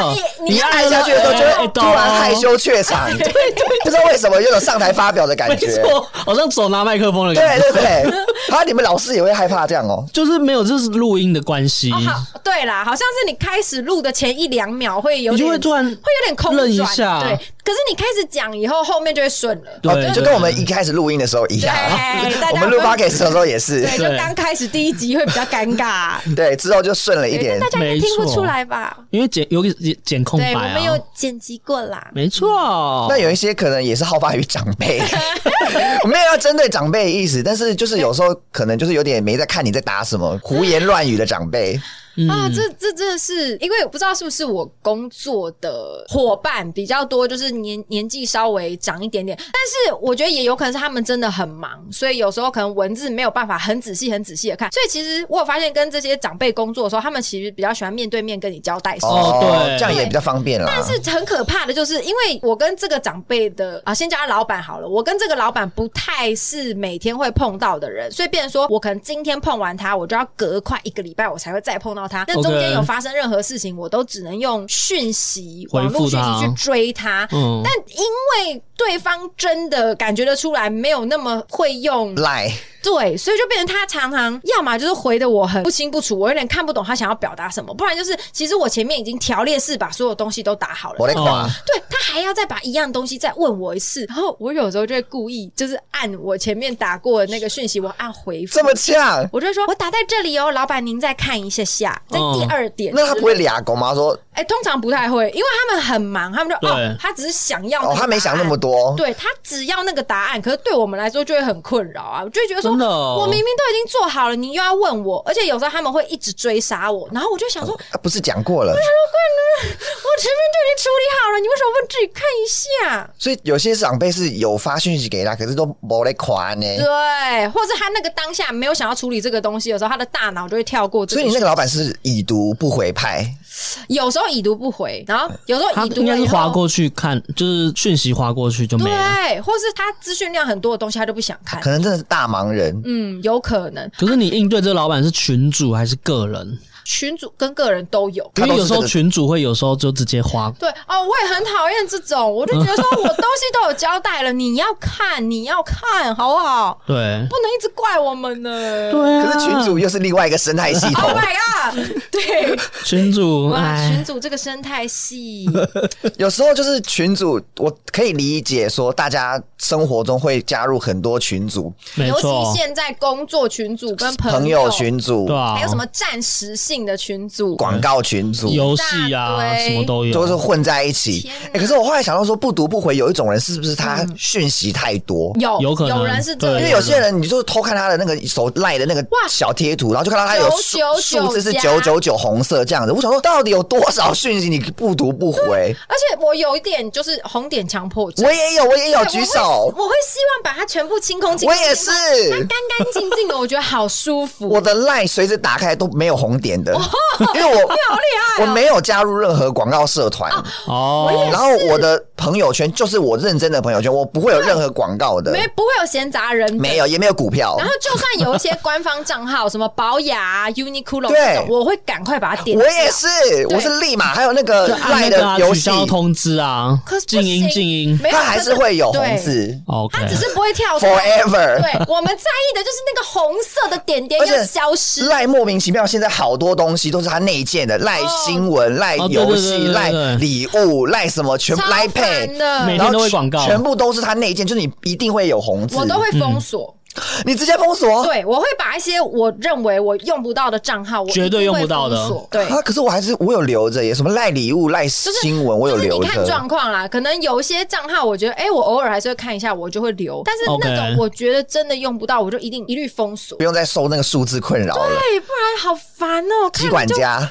Speaker 3: 你
Speaker 1: 你按下去的时候，就
Speaker 2: 哎
Speaker 1: 会
Speaker 2: 哎
Speaker 1: 突然害羞怯场，对对，不知道为什么有种上台发表的感
Speaker 2: 没
Speaker 1: 觉。
Speaker 2: 错，好像手拿麦克风的感
Speaker 1: 对
Speaker 2: 觉，
Speaker 1: [LAUGHS] 对对，啊，你们老师也会害怕这样哦。
Speaker 2: 就是没有，就是录音的关系，
Speaker 3: 哦好，对啦，好像是你开始录的前一两秒会有
Speaker 2: 你
Speaker 3: 点，
Speaker 2: 就会突然
Speaker 3: 会有点空
Speaker 2: 愣一
Speaker 3: 转
Speaker 2: 下
Speaker 3: 对，可是你开始讲以后，后面就会顺了。
Speaker 2: 对
Speaker 1: 哦，就跟我们一开始录音的时候一样 [LAUGHS]
Speaker 3: 对大家，
Speaker 1: 我们录
Speaker 3: 会
Speaker 1: podcast 的时候也是，
Speaker 3: 对，就刚开始第一集会比较尴
Speaker 2: [LAUGHS]
Speaker 3: 尬，
Speaker 1: 对，之后就顺了一
Speaker 3: 对
Speaker 1: 点
Speaker 3: 但大。家应该听不出来吧？
Speaker 2: 因为剪有个剪剪空白
Speaker 3: 对，我们
Speaker 2: 啊
Speaker 3: 有，剪辑过啦。
Speaker 2: 没错
Speaker 1: 那。有一些可能也是好发于长
Speaker 3: [LAUGHS]
Speaker 1: 辈，我没有要针对长辈的意思，但是就是有时候可能就是有点没在看你在打什
Speaker 3: 嗯
Speaker 1: 么，胡言乱语的长辈，
Speaker 3: 啊，这这真的是，因为我不知道是不是我工作的伙伴比较多，就是年年纪稍微长一点点，但是我觉得也有可能是他们真的很忙，所以有时候可能文字没有办法很仔细、很仔细的看。所以其实我有发现，跟这些长辈工作的时候，他们其实比较喜欢面对面跟你交代事情。
Speaker 2: 哦对
Speaker 1: 这样也比较方便啦。
Speaker 3: 但是很可怕的就是，因为我跟这个长辈的啊，先叫他老板好了。我跟这个老板不太是每天会碰到的人，所以变成说我可能今天碰完他，我就要隔快一个礼拜我才会再碰到他。那
Speaker 2: OK
Speaker 3: 中间有发生任何事情，我都只能用讯息、
Speaker 2: 回
Speaker 3: 网
Speaker 2: 复
Speaker 3: 络讯
Speaker 2: 他
Speaker 3: 息去追他。
Speaker 2: 嗯
Speaker 3: 但因为对方真的感觉得出来，没有那么会用
Speaker 1: 赖
Speaker 3: 对，所以就变成他常常要么就是回的我很不清不楚，我有点看不懂他想要表达什么，不然就是其实我前面已经条列式把所有东西都打好了
Speaker 1: 我。在夸
Speaker 2: 哦，
Speaker 3: 对他还要再把一样东西再问我一次，然后我有时候就会故意就是按我前面打过的那个讯息，我按回复
Speaker 1: 这，么呛，
Speaker 3: 我就会说我打在这里哦，老板您再看一下下，在
Speaker 2: 哦
Speaker 3: 第二点之类
Speaker 1: 那
Speaker 3: 的。
Speaker 1: 他不会俩狗吗？说
Speaker 3: 哎、通常不太会，因为他们很忙，他们就哦
Speaker 2: 对，
Speaker 3: 他只是想要、
Speaker 1: 哦，他没想那么。多，
Speaker 3: 对他只要那个答案，可是对我们来说就会很困扰啊！我就会觉得说，
Speaker 2: 真的哦
Speaker 3: 我明明都已经做好了，你又要问我，而且有时候他们会一直追杀我，然后我
Speaker 1: [LAUGHS]
Speaker 3: 就想说，我
Speaker 1: 啊不是讲过了。
Speaker 3: 前面就已经处理好了，你为什么不自己看一下？
Speaker 1: 所以有些长辈是有发讯息给他，可是都没来款呢。
Speaker 3: 对，或者他那个当下没有想要处理这个东西的时候，他的大脑就会跳过这
Speaker 1: 所
Speaker 3: 个
Speaker 1: 以你那个老板是已读不回派，
Speaker 3: 有时候已读不回，然后有时候
Speaker 2: 他
Speaker 3: 已读
Speaker 2: 应
Speaker 3: 了
Speaker 2: 该是
Speaker 3: 以
Speaker 2: 划
Speaker 3: 后，
Speaker 2: 过去看，就是讯息划过去就没
Speaker 1: 啊
Speaker 2: 了。
Speaker 3: 对，或是他资讯量很多的东西，他就不想看
Speaker 1: 可。能真的是大忙人。
Speaker 3: 嗯，有可能
Speaker 2: 可是你应对这个老板是群主还是个人？
Speaker 3: 群主跟个人都有。
Speaker 2: 因
Speaker 1: 他
Speaker 2: 为
Speaker 1: 都是
Speaker 2: 有时
Speaker 1: 这
Speaker 2: 候
Speaker 1: 个
Speaker 2: 群主会有时候就直接划
Speaker 3: 对哦，我也很讨厌这种，我就觉得说我东西都有交代了，你要看，你要看好不好？
Speaker 2: 对
Speaker 3: 不能一直怪我们呢。
Speaker 2: 对
Speaker 1: 可是群主又是另外一个生态系统
Speaker 3: Oh，my
Speaker 2: [LAUGHS]
Speaker 3: god！对，
Speaker 2: 群主
Speaker 3: 哇，群
Speaker 2: 哎，
Speaker 3: 主这个生态系，
Speaker 1: 有时候就是群主，我可以理解说大家生活中会加入很多群组，
Speaker 2: [LAUGHS] 没
Speaker 3: 尤其
Speaker 2: 错，
Speaker 3: 现在工作群组跟
Speaker 1: 朋友，群组
Speaker 2: 对、啊，
Speaker 3: 还有什么暂时性的群组，
Speaker 1: 广告群组，
Speaker 2: 游戏
Speaker 3: 一
Speaker 2: 啊，
Speaker 3: 大堆
Speaker 2: 什么都有，
Speaker 1: 都是混在一起
Speaker 3: 天。嗯
Speaker 1: 哎、可是我后来想到说，不读不回，有一种人是不是他讯息太多？
Speaker 3: 有
Speaker 2: 有可能
Speaker 3: 人是这
Speaker 2: 对
Speaker 1: 因为
Speaker 3: 样。
Speaker 1: 有些人，你就偷看他的那个手赖的那个小贴图，然后就看到他有数
Speaker 3: 999
Speaker 1: 数字是
Speaker 3: 加
Speaker 1: 九九九红色这样子。我想说，到底有多少讯息你不读不回？
Speaker 3: 而且我有一点就是红点强迫症，
Speaker 1: 我也有，我也有，
Speaker 3: 对
Speaker 1: 举手。
Speaker 3: 我会我会希望把它全部清空，清
Speaker 1: 我
Speaker 3: 空
Speaker 1: 也
Speaker 3: 清
Speaker 1: 是
Speaker 3: 空，干干净净的，我觉得好舒服。
Speaker 1: 我的赖随着打开都没有红点的，因为我我没有加入任何广告社团，
Speaker 2: 哦，
Speaker 1: 然后我的朋友圈就是我认真的朋友圈，我不会有任何广告的，
Speaker 3: 没不会有闲杂人等
Speaker 1: 没有也没有股票。
Speaker 3: 然后就算有一些官方账号，什么宝雅、啊、Uniqlo
Speaker 1: 对
Speaker 3: 这种，我会赶快把它点
Speaker 1: 我
Speaker 3: 掉。
Speaker 1: 也是，啊我是立马还有那个
Speaker 2: 就按
Speaker 1: 赖
Speaker 2: 那个啊
Speaker 1: 的游
Speaker 2: 取
Speaker 1: 戏，
Speaker 2: 消通知啊
Speaker 3: 可是，不
Speaker 2: 静音
Speaker 3: 行
Speaker 2: 静音
Speaker 3: 没有，
Speaker 1: 它还是会有红
Speaker 3: 对，
Speaker 1: 字。
Speaker 2: ，OK，
Speaker 3: 它只是不会跳出来
Speaker 1: Forever
Speaker 3: 对，我们在意的就是那个红色的点点
Speaker 1: 而
Speaker 3: 要
Speaker 1: 且
Speaker 3: 消失。
Speaker 1: 赖莫名其妙，现在好多东西都是它内建的，赖新闻、赖
Speaker 2: 哦
Speaker 1: 游
Speaker 2: 对对对
Speaker 1: 戏、
Speaker 2: 对
Speaker 1: 赖
Speaker 2: 对
Speaker 1: 礼物、赖什么，全
Speaker 3: 超
Speaker 1: 赖
Speaker 3: 烦
Speaker 1: Pay，
Speaker 3: 的，
Speaker 2: 每
Speaker 1: 然
Speaker 2: 天都
Speaker 1: 后
Speaker 2: 会广告
Speaker 1: 全部都是它内建，就是你一定会有红字，
Speaker 3: 我都会封锁。
Speaker 2: 嗯
Speaker 1: 你直接封锁。
Speaker 3: 对，我会把一些我认为我用不到的账号，我
Speaker 2: 绝对
Speaker 3: 一定会
Speaker 2: 用不到的
Speaker 3: 封锁对。
Speaker 1: 啊，可是我还是我有留着耶，什么赖礼物、赖新闻，我有
Speaker 3: 就是
Speaker 1: 留
Speaker 3: 你看
Speaker 1: 着。
Speaker 3: 状况啦，可能有一些账号，我觉得，哎、我偶尔还是会看一下，我就会留。但是那
Speaker 2: OK
Speaker 3: 种我觉得真的用不到，我就一定一律封锁
Speaker 1: 不。用再受那个数字困扰了。
Speaker 3: 对，哎不然好烦哦、看
Speaker 1: 集管
Speaker 3: 了就
Speaker 1: 家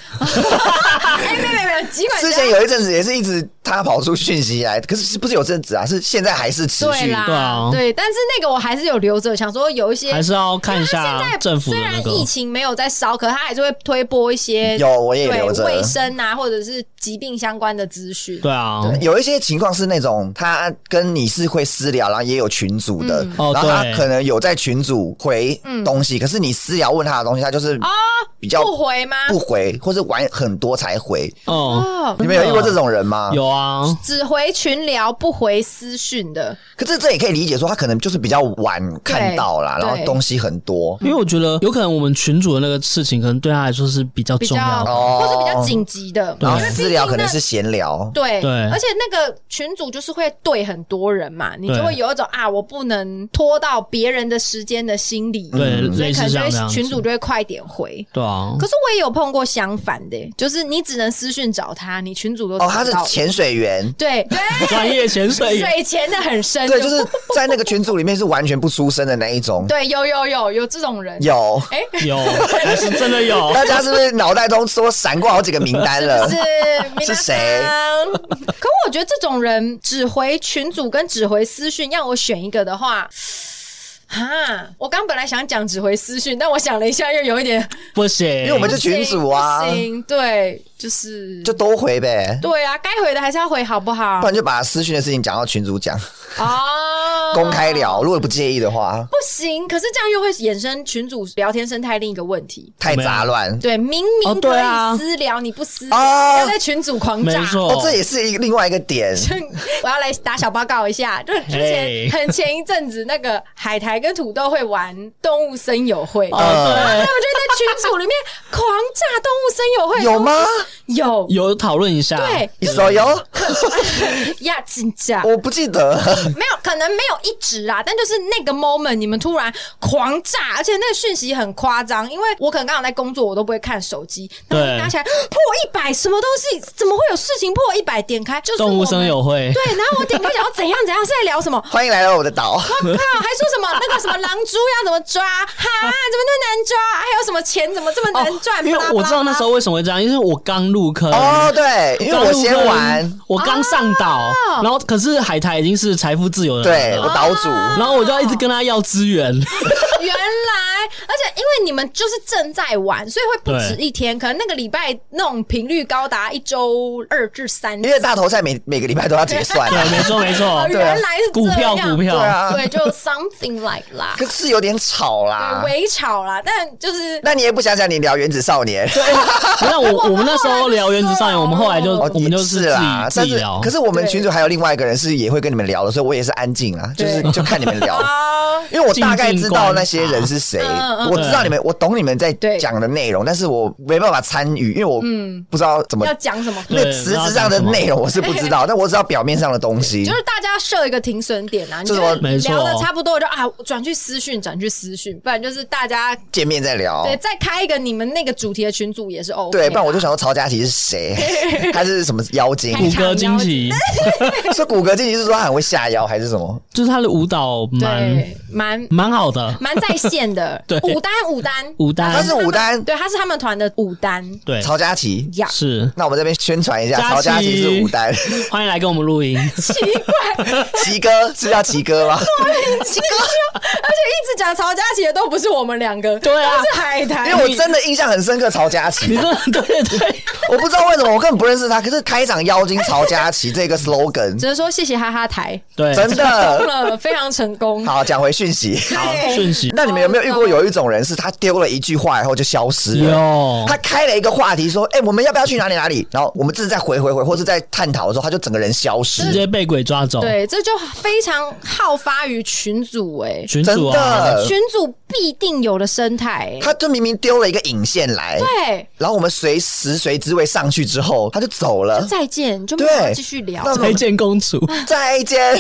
Speaker 3: 哎，没有没有没有，集管
Speaker 1: 之
Speaker 3: 家
Speaker 1: 前有一阵子也是一直他跑出讯息来，可是是不是有阵子啊？是现在还是持
Speaker 3: 对
Speaker 1: 续？
Speaker 3: 啦，
Speaker 2: 对啊
Speaker 3: 对，但是那个我还是有留着，想说有一些
Speaker 2: 还是要看一
Speaker 3: 因为它
Speaker 2: 下
Speaker 3: 现在
Speaker 2: 政府的
Speaker 3: 虽
Speaker 2: 那
Speaker 3: 然
Speaker 2: 个。
Speaker 3: 疫情没有在烧，可它还是会推播一些
Speaker 1: 有我也
Speaker 3: 对
Speaker 1: 留着
Speaker 3: 卫生啊，或者是疾病相关的资讯。
Speaker 2: 对啊，
Speaker 1: 有一些情况是那种他跟你是会私聊，然后也有群组的，
Speaker 2: 哦
Speaker 1: 然后他
Speaker 2: 对
Speaker 1: 可能有在群组回东西，可是你私聊问他的东西，他就是比较
Speaker 3: 不回吗？
Speaker 1: 不回，或是玩很多才回。
Speaker 2: 哦，
Speaker 3: 哦，
Speaker 1: 你们有遇过这种人吗？。
Speaker 2: 有啊，
Speaker 3: 只回群聊不回私讯的，
Speaker 1: 可这这也可以理解，说他可能就是比较晚看到啦，
Speaker 3: 对
Speaker 1: 然后东西很多。
Speaker 2: 因为我觉得有可能我们群主的那个事情，可能对他来说是比较
Speaker 3: 比
Speaker 2: 重
Speaker 3: 较
Speaker 2: 要的。
Speaker 1: 哦
Speaker 3: 或是比较紧急的，
Speaker 1: 然后
Speaker 3: 因为毕
Speaker 1: 私
Speaker 3: 竟
Speaker 1: 聊可能
Speaker 3: 那
Speaker 1: 是闲聊，
Speaker 3: 对，
Speaker 2: 对
Speaker 3: 而且那个群主就是会对很多人嘛，你
Speaker 2: 对
Speaker 3: 就会有一种啊，我不能拖到别人的时间的心理，
Speaker 2: 对
Speaker 3: 嗯所
Speaker 2: 类
Speaker 3: 以可
Speaker 2: 似
Speaker 3: 能就
Speaker 2: 像这样
Speaker 3: 会
Speaker 2: 子
Speaker 3: 群主就会快点回。
Speaker 2: 对啊，
Speaker 3: 可是我也有碰过相反的、就是你只能私讯找他，你群主都
Speaker 1: 哦，他是
Speaker 3: 找不到
Speaker 1: 潜水员，
Speaker 3: 对对，
Speaker 2: [LAUGHS] 专业潜水员
Speaker 3: 水潜的很深，
Speaker 1: 对，就是在那个群组里面是完全不出声的那一种。
Speaker 3: [LAUGHS] 对，哎有有有有这种人，
Speaker 1: 有，
Speaker 2: [LAUGHS] 有，还是真的有。
Speaker 1: 大家是不是脑袋中说闪过好几个名单了？
Speaker 3: [LAUGHS]
Speaker 1: [LAUGHS]
Speaker 3: 是
Speaker 1: 是谁？ [LAUGHS]
Speaker 3: 皆さん可我觉得这种人只回群主跟只回私讯，让我选一个的话。 [SIGHS] 哈，我刚本来想讲只回私讯，但我想了一下，又有一点
Speaker 2: 不行，
Speaker 1: 因为我们就群主啊
Speaker 3: 不，行，对，就是
Speaker 1: 就都回呗，
Speaker 3: 对啊，该回的还是要回，好不好
Speaker 1: 不？然就把私讯的事情讲到群主讲，
Speaker 3: 哦，
Speaker 1: 公开聊。如果不介意的话，
Speaker 3: 不行，可是这样又会衍生群主聊天生态另一个问题。
Speaker 1: 太杂乱。
Speaker 3: 对，明
Speaker 2: 哦
Speaker 3: 明
Speaker 2: 对
Speaker 3: 可
Speaker 2: 啊
Speaker 3: 以私聊，你不私聊，
Speaker 1: 哦
Speaker 3: 要在群主狂
Speaker 2: 没
Speaker 3: 炸。
Speaker 2: 错，
Speaker 1: 哦，这也是一个另外一个点，
Speaker 3: [LAUGHS] 我要来打小报告一下，就是之
Speaker 2: 嘿
Speaker 3: 前很前一阵子，那个海苔跟土豆会玩动物森友会，然后他
Speaker 2: 哦
Speaker 1: 呃
Speaker 3: 们就在群组里面狂炸动物森友会，哦
Speaker 1: 有吗？
Speaker 3: 有
Speaker 2: 对，有啊讨论一下，
Speaker 3: 对 [LAUGHS]
Speaker 1: 你说有？
Speaker 3: 呀，真假
Speaker 1: 我不记
Speaker 2: [LAUGHS]
Speaker 1: 得，
Speaker 3: 没有，可能没有一直啊，但就是那个 moment，你们突然狂炸，而且那个讯息很夸张，因为我可能刚好在工作，我都不会看手机，然后
Speaker 2: 对
Speaker 3: 一拿起来破一百，什么东西？怎么会有事情破一百？点开就是
Speaker 2: 动
Speaker 3: 我
Speaker 2: 物
Speaker 3: 们
Speaker 2: 声友会，
Speaker 3: 对，然后我点开想要怎样怎样，是在聊什么？
Speaker 1: 欢迎来到我的岛。
Speaker 2: [LAUGHS] 哦
Speaker 3: 靠，还说什么那个什么狼蛛要怎么抓？哈，怎么那么难抓？还有什么钱怎么这么难赚？
Speaker 2: 哦因为我知道那时候为什么会这样，因为我刚入坑。
Speaker 1: 哦，对，因为我先玩，，哦
Speaker 2: 我刚上岛，然后可是海苔已经是财富自由的
Speaker 1: 对哦
Speaker 2: 人
Speaker 1: 我
Speaker 2: 了，
Speaker 1: 岛主，
Speaker 2: 然后我就要一直跟他要资源，
Speaker 3: 巴拉巴拉 [LAUGHS] 原来，而且因为你们就是正在玩，所以会不止一天，可能那个礼拜那种频率高达一周二至三
Speaker 1: 因。为大头菜每每个礼拜都要结算啊
Speaker 2: [LAUGHS] 对，没错
Speaker 1: [LAUGHS]
Speaker 2: 没错
Speaker 3: 哦，原来是这
Speaker 2: 股票
Speaker 3: 样，
Speaker 2: 股票，
Speaker 1: 对啊，
Speaker 3: 对，就 something like 啦，
Speaker 1: 可是有点吵啦
Speaker 2: 啊
Speaker 3: 对，。微吵啦，但就是
Speaker 1: 那你也不想想你聊原子少年？
Speaker 2: 那我我们那时候聊原子少年，我们后来就
Speaker 3: 哦
Speaker 2: 我们就
Speaker 1: 也
Speaker 2: 自
Speaker 1: 是
Speaker 2: 己
Speaker 1: 啦，
Speaker 2: 自
Speaker 1: 但
Speaker 2: 己
Speaker 1: 是啊
Speaker 2: 聊
Speaker 1: 可。是我们
Speaker 3: 对
Speaker 1: 群主还有另外一个人是也会跟你们聊的，所以我也是安静啦，就是
Speaker 3: 对
Speaker 1: 就看你们
Speaker 2: [LAUGHS]
Speaker 1: 聊。
Speaker 3: 啊，
Speaker 1: 因为我大概知道那些人是谁，
Speaker 3: 静静
Speaker 2: 嗯
Speaker 3: 观察
Speaker 1: 我知道你们，我懂你们在讲的内容，但是我没办法参与，因为我
Speaker 2: 嗯
Speaker 1: 不知道怎么
Speaker 3: 要讲什么？
Speaker 1: 那
Speaker 2: 对
Speaker 1: 实质上的内容我是不知道，但我知道表面上的东西
Speaker 3: 就。是大家设一个停损点啊，你
Speaker 1: 这
Speaker 3: 就
Speaker 1: 什么
Speaker 2: 没错
Speaker 3: 聊的差不多就啊，转去私讯，转去私讯，不然就是大家
Speaker 1: 见面再聊，
Speaker 3: 对啊再开一个你们那个主题的群组也是 OK，
Speaker 1: 哦对，不然我就想说曹佳琪是谁， [LAUGHS] 他是什么妖精？
Speaker 2: 谷歌惊奇，
Speaker 1: 是骨骼惊奇是说他很会下妖还是什么？
Speaker 2: 就是他的舞蹈蛮
Speaker 3: 对蛮
Speaker 2: 蛮好的，
Speaker 3: 蛮在线的
Speaker 2: [LAUGHS] 对
Speaker 3: 五单五单
Speaker 2: 舞担
Speaker 1: 他是
Speaker 3: 们
Speaker 1: 武丹
Speaker 3: 对，他是他们团的五单
Speaker 2: 对，
Speaker 1: 曹佳琪。
Speaker 3: 呀，
Speaker 2: 是
Speaker 1: 那我们这边宣传一下，
Speaker 2: 佳琪
Speaker 1: 曹佳琪是武丹，
Speaker 2: [LAUGHS] 欢迎来跟我们录音，
Speaker 3: 奇怪，
Speaker 1: 奇哥是叫奇哥吗？
Speaker 3: 奇怪，而且一直讲曹佳琪的都不是我们两个，
Speaker 2: 对啊
Speaker 3: 都是海苔，
Speaker 1: 因为我真的印象很深刻曹佳琪，
Speaker 2: [LAUGHS] 你说对对对，
Speaker 1: 我不知道为什么，我根本不认识他。可是开场妖精曹佳琪这个 slogan
Speaker 3: 只能说谢谢哈哈
Speaker 1: [LAUGHS]
Speaker 3: 台，
Speaker 2: [LAUGHS] 对，
Speaker 1: 真的
Speaker 3: 了非常成功。
Speaker 1: 好，讲回讯息。
Speaker 2: 好讯息
Speaker 1: 那你们有没有遇过有一种人是他丢了一句话以后就消失了？
Speaker 2: 有
Speaker 1: 他开了一个话题说：“哎、我们要不要去哪里哪里？”然后我们自己在回回回，或是在探讨的时候，他就整个人消失。
Speaker 2: 直接被鬼抓走，
Speaker 3: 对，这就非常好发于群组哎、
Speaker 2: 群主啊，
Speaker 1: 真的
Speaker 3: 群组必定有的生态、欸。
Speaker 1: 呃他就明明丢了一个引线来，
Speaker 3: 对，
Speaker 1: 然后我们随时随之位上去之后，他就走了。
Speaker 3: 再见，就没有
Speaker 1: 呃对
Speaker 3: 继续聊。
Speaker 1: 那
Speaker 2: 推荐公主， [LAUGHS]
Speaker 1: 再见，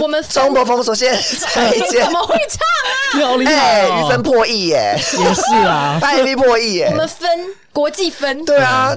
Speaker 3: 我们分
Speaker 1: 中国封锁线，再见
Speaker 3: 怎。么会唱啊？
Speaker 2: 你好厉害
Speaker 1: 哎，余
Speaker 2: 哦
Speaker 1: 分，破亿耶，
Speaker 2: [LAUGHS] 也是啊，
Speaker 1: 他 MV 破亿
Speaker 3: 我
Speaker 1: 耶。
Speaker 3: 们分国际分，
Speaker 1: 对啊，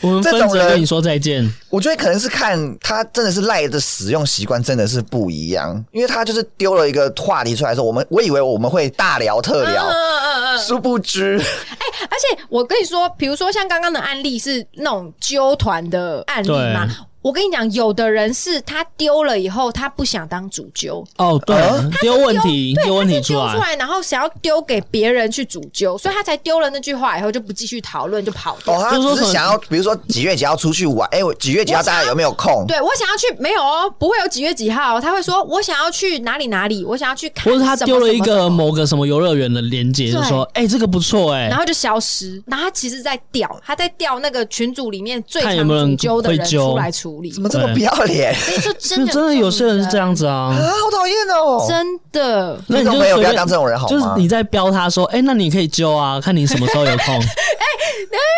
Speaker 2: 我们分
Speaker 1: 这种
Speaker 2: 则
Speaker 1: 人
Speaker 2: 跟你说再见，
Speaker 1: 我觉得可能是看他真的是赖的使用习惯真的是不一样，因为他就是丢了一个话题出来说，我们我以为我们会大聊特
Speaker 3: 嗯
Speaker 1: 聊，
Speaker 3: 嗯嗯嗯
Speaker 1: 殊不知
Speaker 3: 而且我跟你说，比如说像刚刚的案例是那种纠团的案例嘛
Speaker 2: 对。
Speaker 3: 我跟你讲，有的人是他丢了以后，他不想当主揪，
Speaker 2: 哦，对
Speaker 1: 啊，
Speaker 2: 丢问题，
Speaker 3: 对，
Speaker 2: 丢问题
Speaker 3: 他是丢出
Speaker 2: 来，
Speaker 3: 来，然后想要丢给别人去主揪，所以他才丢了那句话以后就不继续讨论，就跑掉。
Speaker 1: 哦，他
Speaker 2: 就是说
Speaker 1: 只是
Speaker 2: 可能
Speaker 1: 想要，比如说几月几号出去玩，哎、我几月几号
Speaker 3: 我想
Speaker 1: 大家有没有空？
Speaker 3: 对我想要去，没有哦，不会有几月几号哦，他会说我想要去哪里哪里，我想要去看什
Speaker 2: 或
Speaker 3: 么
Speaker 2: 者
Speaker 3: 什
Speaker 2: 他
Speaker 3: 么什么，
Speaker 2: 丢了一个某个什么游乐园的连接，就说：“哎，这个不错，哎
Speaker 3: 然，后就消失，然后他其实在调，他在调那个群组里面最
Speaker 2: 看有
Speaker 3: 常
Speaker 2: 没有人
Speaker 3: 主揪的
Speaker 2: 会
Speaker 3: 人
Speaker 2: 揪
Speaker 3: 出来处理
Speaker 1: 怎。么这么不要脸
Speaker 3: 所以就
Speaker 2: 因为
Speaker 3: 真
Speaker 2: [LAUGHS]
Speaker 3: 的
Speaker 2: 真的有些人是这
Speaker 3: 样。
Speaker 2: 样子啊。”
Speaker 1: 啊？好讨厌哦！
Speaker 3: 真的，
Speaker 2: 那你就
Speaker 1: 听众朋友
Speaker 2: 随
Speaker 1: 不要
Speaker 2: 便
Speaker 1: 当这种人好吗
Speaker 2: 就是你在标他说，哎、那你可以揪啊，看你什么时候有空。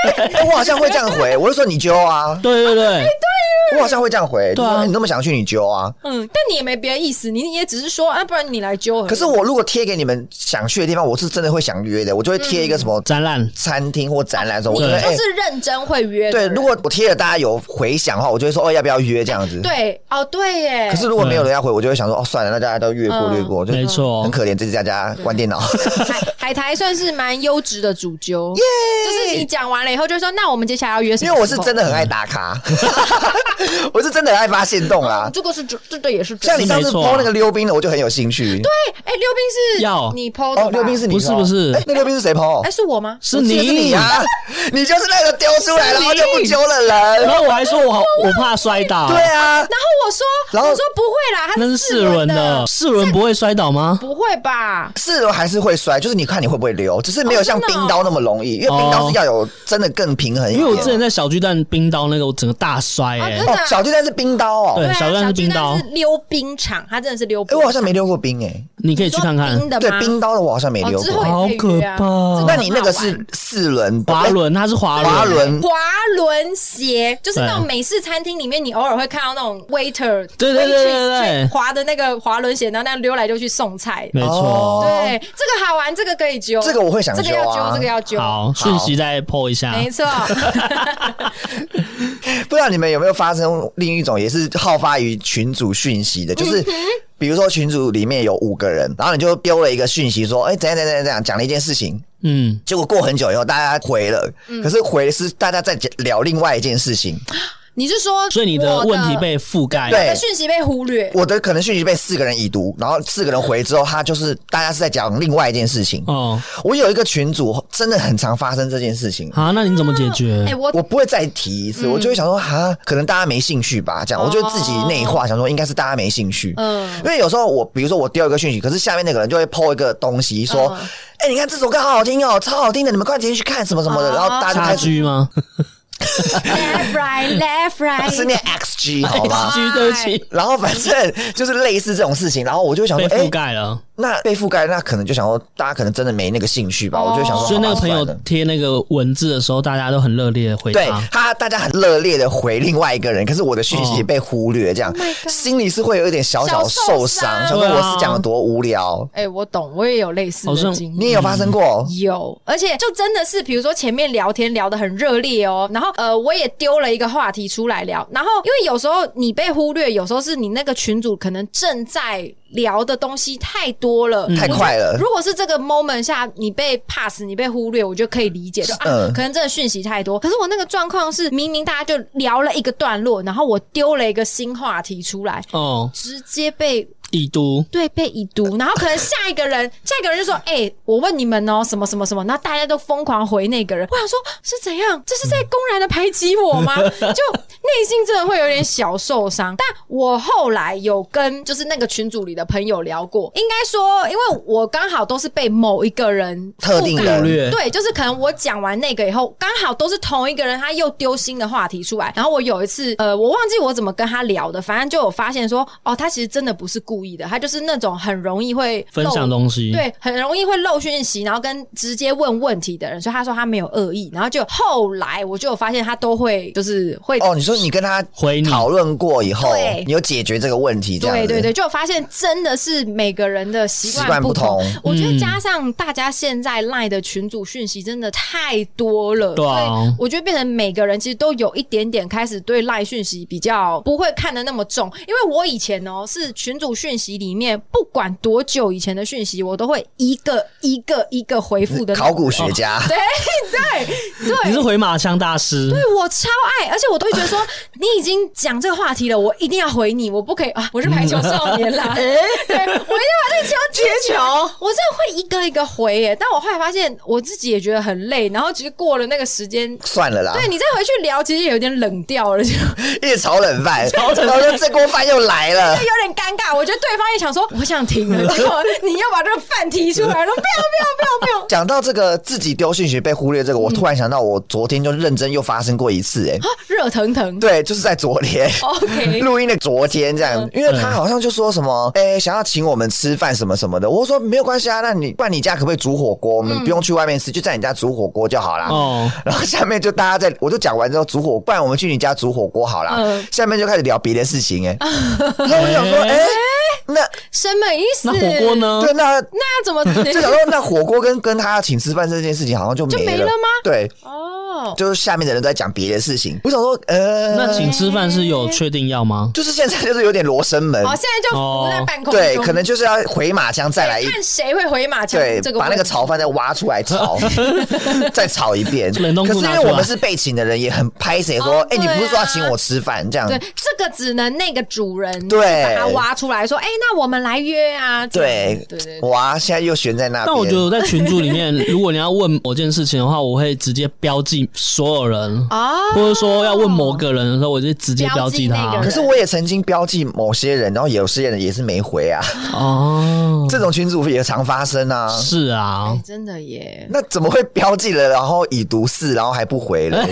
Speaker 1: 哎、我好像会这样回，我就说你揪啊，
Speaker 2: 对对哎对，
Speaker 1: 我好像会这样回，就
Speaker 2: 对啊
Speaker 1: 说哎你那么想去你揪啊。
Speaker 3: 嗯，但你也没别的意思，你也只是说啊，不然你来揪而已。
Speaker 1: 可是我如果贴给你们想去的地方，我是真的会想约的，我就会贴一个什
Speaker 3: 嗯
Speaker 1: 么
Speaker 2: 展览
Speaker 1: 餐厅或展览的时候，我
Speaker 2: 你
Speaker 1: 觉得哎
Speaker 3: 就，是认真会约的
Speaker 1: 对，
Speaker 3: 人。
Speaker 1: 如果我贴了大家有回响的话，我就会说哦，要不要约这样子。
Speaker 3: 对哦，对耶，
Speaker 1: 可是如果没有人要回，我就会想说哦，算了，那大家都略过
Speaker 3: 嗯
Speaker 1: 略过，就
Speaker 2: 没错
Speaker 1: 很可怜，这是大家关电脑。 [LAUGHS]
Speaker 3: 海海苔算是蛮优质的主揪，就是你讲完了以后就说，那我们接下来要约什么？
Speaker 1: 因为我是真，的很爱打卡，我是真的很爱发现动啦。
Speaker 3: 这个是这这个也是真
Speaker 1: 像
Speaker 3: 的
Speaker 1: 你上次
Speaker 2: 是没错啊
Speaker 1: 抛那个溜冰的，我就很有兴趣。对，
Speaker 3: 哎，溜冰是
Speaker 2: 要
Speaker 3: 你 PO 的吧
Speaker 1: 哦，溜冰是你
Speaker 2: 不是
Speaker 1: 抛
Speaker 2: 不是
Speaker 1: 哎，那溜冰是谁抛
Speaker 3: 哎？是我吗？
Speaker 2: 是
Speaker 1: 我记
Speaker 2: 你
Speaker 1: 得是你啊！你就是那个丢出来
Speaker 2: 是
Speaker 1: 然
Speaker 2: 你
Speaker 1: 后就不揪的人。
Speaker 2: 然后我还说我好，我怕摔倒。
Speaker 1: 对啊，
Speaker 3: 然后我说，
Speaker 1: 然后
Speaker 3: 我说不会啦，他
Speaker 2: 那是
Speaker 3: 四
Speaker 2: 四轮的
Speaker 3: 的，，
Speaker 2: 四轮不会摔倒吗？
Speaker 3: 不会吧？
Speaker 1: 是我还是会摔，就是你看你会不会溜，只是没有像
Speaker 3: 哦真的哦
Speaker 1: 冰刀那么容易，因为
Speaker 2: 哦
Speaker 1: 冰刀是要有真的更平衡一
Speaker 2: 因
Speaker 1: 点。
Speaker 2: 为我之前在小巨蛋冰刀那个，我整个大摔、
Speaker 3: 啊
Speaker 2: 哎、
Speaker 3: 真的
Speaker 1: 哦，小巨蛋是冰刀哦，
Speaker 2: 对
Speaker 3: 啊
Speaker 2: 小
Speaker 3: 小
Speaker 2: 蛋是冰刀
Speaker 3: 是溜冰场，他真的是溜
Speaker 1: 哎，
Speaker 3: 冰。
Speaker 1: 我好像没溜过冰哎。
Speaker 2: 你可以去看看
Speaker 3: 冰的
Speaker 1: 对
Speaker 3: 吗，
Speaker 1: 冰刀的我好像没
Speaker 3: 哦
Speaker 1: 溜
Speaker 3: 之后
Speaker 1: 过。
Speaker 2: 好
Speaker 3: 也可以约啊
Speaker 2: 可怕
Speaker 1: 那你那个是四轮哎
Speaker 2: 滑轮，它是滑轮，
Speaker 1: 滑轮
Speaker 3: 滑轮鞋，就是
Speaker 2: 对
Speaker 3: 那种美式餐厅里面，你偶尔会看到那种 waiter，
Speaker 2: 对对对对
Speaker 3: waitress
Speaker 2: 对
Speaker 3: 在滑的那个滑轮鞋，然后那样溜来溜去送菜。
Speaker 2: 没错。
Speaker 1: 哦
Speaker 3: 对，这个好玩，这个可以揪，
Speaker 1: 这个我会想
Speaker 3: 这个要
Speaker 1: 揪啊
Speaker 3: 揪，这个要揪，
Speaker 2: 好，讯息再 PO 一下。
Speaker 3: 没
Speaker 2: [LAUGHS]
Speaker 3: 错。
Speaker 1: 不知道你们有没有发生另一种也是好发于群组讯息的，就是比如说群组里面有五个人，然后你就丢了一个讯息说，哎、怎样怎样怎样怎样，讲了一件事情。
Speaker 2: 嗯，
Speaker 1: 结果过很久以后，大家回了，可是回是大家在讲聊另外一件事情。
Speaker 3: 你是说，
Speaker 2: 所以你的问题被覆盖。
Speaker 1: 对
Speaker 3: 我的讯息被忽略？
Speaker 1: 我的可能讯息被四个人已读，然后四个人回之后，他就是大家是在讲另外一件事情。
Speaker 2: 哦，
Speaker 1: 我有一个群组真的很常发生这件事情，
Speaker 2: 好，那你怎么解决？
Speaker 3: 哎，我
Speaker 1: 我不会再提一次，我就会想说，哈，可能大家没兴趣吧，这样，我就自己内化，想说应该是大家没兴趣。
Speaker 3: 嗯
Speaker 2: [LAUGHS]
Speaker 1: 因为有时候我，比如说我丢一个讯息，可是下面那个人就会抛一个东西说，
Speaker 3: 嗯
Speaker 1: 哎、你看这首歌好好听哦，超好听的，你们快点去看什么什么的，
Speaker 3: 哦
Speaker 1: 然后大家就
Speaker 2: 差
Speaker 1: 开始
Speaker 2: 距吗？
Speaker 3: left right left
Speaker 1: 是
Speaker 3: right，
Speaker 1: 念
Speaker 3: [LAUGHS]
Speaker 1: XG
Speaker 3: 哎
Speaker 1: 好吗
Speaker 2: 差？距，对不起，
Speaker 1: 然后反正就是类似这种事情，然后我就会想
Speaker 2: 被
Speaker 1: 说，哎、
Speaker 2: 覆盖了。
Speaker 1: 那被覆盖，那可能就想说，大家可能真的没那个兴趣吧，我
Speaker 3: 哦
Speaker 1: 就会想说，
Speaker 2: 所以那
Speaker 1: 好
Speaker 2: 个
Speaker 1: 吧
Speaker 2: 朋友
Speaker 1: 算了
Speaker 2: 贴那个文字的时候，大家都很热烈的回
Speaker 1: 对
Speaker 2: 答。
Speaker 1: 他，大家很热烈的回另外一个人，可是我的讯息
Speaker 2: 哦
Speaker 1: 也被忽略，这样、
Speaker 3: Oh my god
Speaker 1: 心里是会有一点小小
Speaker 3: 小受
Speaker 1: 受
Speaker 3: 伤
Speaker 1: 伤，想说
Speaker 2: 对
Speaker 1: 我
Speaker 2: 啊
Speaker 1: 是讲的多无聊。
Speaker 3: 哎，我懂，我也有类似
Speaker 2: 好像
Speaker 3: 的经历。
Speaker 1: 你也有发生
Speaker 2: 嗯
Speaker 1: 过？
Speaker 3: 有，而且就真的是，比如说前面聊天聊得很热烈哦，然后呃，我也丢了一个话题出来聊，然后因为有时候你被忽略，有时候是你那个群主可能正在聊的东西太多了，
Speaker 1: 嗯太快了
Speaker 3: 如果是这个 moment 下你被 pass，你被忽略，我觉得可以理解，就啊，
Speaker 1: 嗯
Speaker 3: 可能真的讯息太多。可是我那个状况是，明明大家就聊了一个段落，然后我丢了一个新话题出来，
Speaker 2: 哦，
Speaker 3: 直接被
Speaker 2: 已读。
Speaker 3: 对，被已
Speaker 1: [LAUGHS]
Speaker 3: 读，然后可能下一个人，下一个人就说：“哎、我问你们哦，什么什么什么。”然后大家都疯狂回那个人。我想说，是怎样？这是在公然的排挤我
Speaker 1: [LAUGHS]
Speaker 3: 吗？就内心真的会有点小受伤。但我后来有跟就是那个群组里的朋友聊过，应该说，因为我刚好都是被某一个人
Speaker 1: 特定
Speaker 3: 覆盖
Speaker 1: 人
Speaker 2: 忽略
Speaker 3: 对，就是可能我讲完那个以后，刚好都是同一个人，他又丢新的话题出来。然后我有一次，呃，我忘记我怎么跟他聊的，反正就有发现说，哦，他其实真的不是故意的，他就是那种很容易会
Speaker 2: 分享
Speaker 3: 漏
Speaker 2: 东西，，
Speaker 3: 对，很容易会漏讯息，然后跟直接问问题的人，所以他说他没有恶意，然后就后来我就有发现他都会就是会
Speaker 1: 哦，你说你跟他
Speaker 2: 回你
Speaker 1: 讨论过以后
Speaker 3: 对，
Speaker 1: 你有解决这个问题，这样
Speaker 3: 对
Speaker 1: 子
Speaker 3: 对对，就发现真的是每个人的习
Speaker 1: 习惯
Speaker 3: 不
Speaker 1: 不同
Speaker 3: 我觉
Speaker 2: 嗯
Speaker 3: 得加上大家现在赖的群组讯息真的太多
Speaker 1: 嗯
Speaker 3: 了，
Speaker 2: 对啊
Speaker 3: 所以我觉得变成每个人其实都有一点点开始对赖讯息比较不会看得那么重，因为我以前哦、是群组讯讯息里面，不管多久以前的讯息，我都会一个一个一个回复的那种。
Speaker 1: 考古学家，
Speaker 3: 哦对对
Speaker 2: 你
Speaker 3: 对。
Speaker 2: 是回马枪大师，
Speaker 3: 对我超爱，而且我都会觉得说，你已经讲这个话题了，我一定要回你，我不可以啊！我是排球少年啦，对，我一定要把这个球接
Speaker 1: 接球
Speaker 3: 我真的会一个一个回耶。但我后来发现，我自己也觉得很累，然后其实过了那个时间，
Speaker 1: 算了啦，
Speaker 3: 对你再回去聊，其实也有点冷掉了，就
Speaker 1: 一直炒冷饭，
Speaker 2: 炒冷饭
Speaker 1: 然后说这锅饭又来了。
Speaker 3: 有点尴尬。我觉得对方也想说，我想停了，结果你又把这个饭提出来，说不要不要不要不要。
Speaker 1: 讲到这个自己丢信息被忽略这个，
Speaker 3: 嗯
Speaker 1: 我突然想到，我昨天就认真又发生过一次、哎，
Speaker 3: 啊热腾腾。 [LAUGHS]
Speaker 1: 对，就是在昨天。
Speaker 3: 哦 OK，
Speaker 1: 录音的昨天这
Speaker 3: 嗯
Speaker 1: 样，因为他好像就说什么，哎、想要请我们吃饭什么什么的。我说没有关系啊，那你不然你家可不可以煮火锅？我们
Speaker 3: 嗯
Speaker 1: 不用去外面吃，就在你家煮火锅就好啦。
Speaker 2: 哦
Speaker 1: [LAUGHS] 然后下面就大家在，我就讲完之后煮火，不然我们去你家煮火锅好啦。
Speaker 3: 嗯
Speaker 1: 下面就开始聊别的事情、
Speaker 3: [LAUGHS]
Speaker 1: 哎、然后我就想说，哎、那
Speaker 3: 什么意思？
Speaker 2: 那火锅？
Speaker 3: 嗯
Speaker 2: 呢？
Speaker 1: 对
Speaker 3: [LAUGHS]
Speaker 1: 那
Speaker 3: 那怎么
Speaker 1: 就想说，那火锅跟跟他请吃饭这件事情好像就没
Speaker 3: 就没了吗
Speaker 1: 对， [LAUGHS]
Speaker 3: 哦，
Speaker 1: 就是下面的人都在讲别的事情。我想说，呃，
Speaker 2: 那请吃饭是有确定要吗？
Speaker 1: 就是现在就是有点罗生门，
Speaker 3: 好，哦现在就浮在半空中，
Speaker 1: 对，可能就是要回马枪再来一。
Speaker 3: 看谁会回马枪
Speaker 1: 对
Speaker 3: 这，个
Speaker 1: 把那个
Speaker 3: 问题
Speaker 1: 炒饭再挖出来
Speaker 3: [LAUGHS]
Speaker 1: 炒，再炒一遍。
Speaker 2: 冷冻
Speaker 1: 可
Speaker 2: 库
Speaker 1: 是因
Speaker 2: 拿
Speaker 1: 为
Speaker 2: 出来
Speaker 1: 我们是被请的人，也很拍谁说
Speaker 3: 哦：“
Speaker 1: 哎，你
Speaker 3: 对啊
Speaker 1: 不是说要请我吃饭这样
Speaker 3: 对，这个只能那个主人
Speaker 1: 嗯对
Speaker 3: 把它挖出来说，哎，那我们来约啊。？”这样
Speaker 1: 对
Speaker 3: 对对，对
Speaker 1: 哇，现在又悬在那边。
Speaker 2: 但我觉得在群组里面，如果你要问某件事情的话，我会直接标记所有人，
Speaker 3: 哦，
Speaker 2: 或者说要问某个人的时候，我就直接标记
Speaker 3: 标记那
Speaker 2: 他
Speaker 3: 个
Speaker 1: 可
Speaker 3: 人。
Speaker 1: 是我也曾经标记某些人，然后有些人也是没回啊，
Speaker 2: 哦，
Speaker 1: 这种群组也常发生啊。
Speaker 2: 嗯是啊
Speaker 3: [LAUGHS] 哎，，真的耶。
Speaker 1: 那怎么会标记了，然后已读四，然后还不回
Speaker 2: [LAUGHS]
Speaker 1: 了？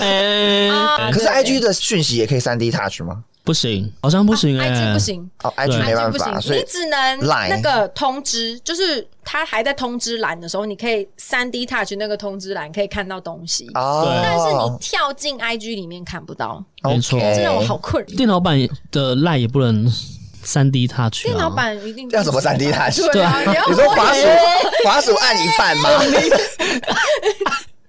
Speaker 2: 哎，
Speaker 3: 啊
Speaker 1: 可是
Speaker 3: 对
Speaker 1: IG 的讯息也可以三 D touch 吗？
Speaker 2: 不行，好像不行
Speaker 3: IG
Speaker 2: 哎，
Speaker 3: 啊不。行
Speaker 1: 哦，IG
Speaker 2: 对
Speaker 1: 没办
Speaker 3: 不行
Speaker 1: 法，，所
Speaker 3: 你
Speaker 1: 以
Speaker 3: 只能
Speaker 1: Line
Speaker 3: 那个通知，就是他还在通知栏的时候，你可以三 D touch 那个通知栏可以看到东西，
Speaker 1: 哦，
Speaker 3: 但是你跳进 IG 里面看不到，
Speaker 2: 没错
Speaker 1: OK
Speaker 3: 这让我好困扰。
Speaker 2: 电脑版的赖也不能三 D 他去啊。
Speaker 3: 电脑版一定
Speaker 1: 要怎么三 D touch？
Speaker 3: 对啊，你要
Speaker 1: 你说滑鼠滑鼠按一半吗？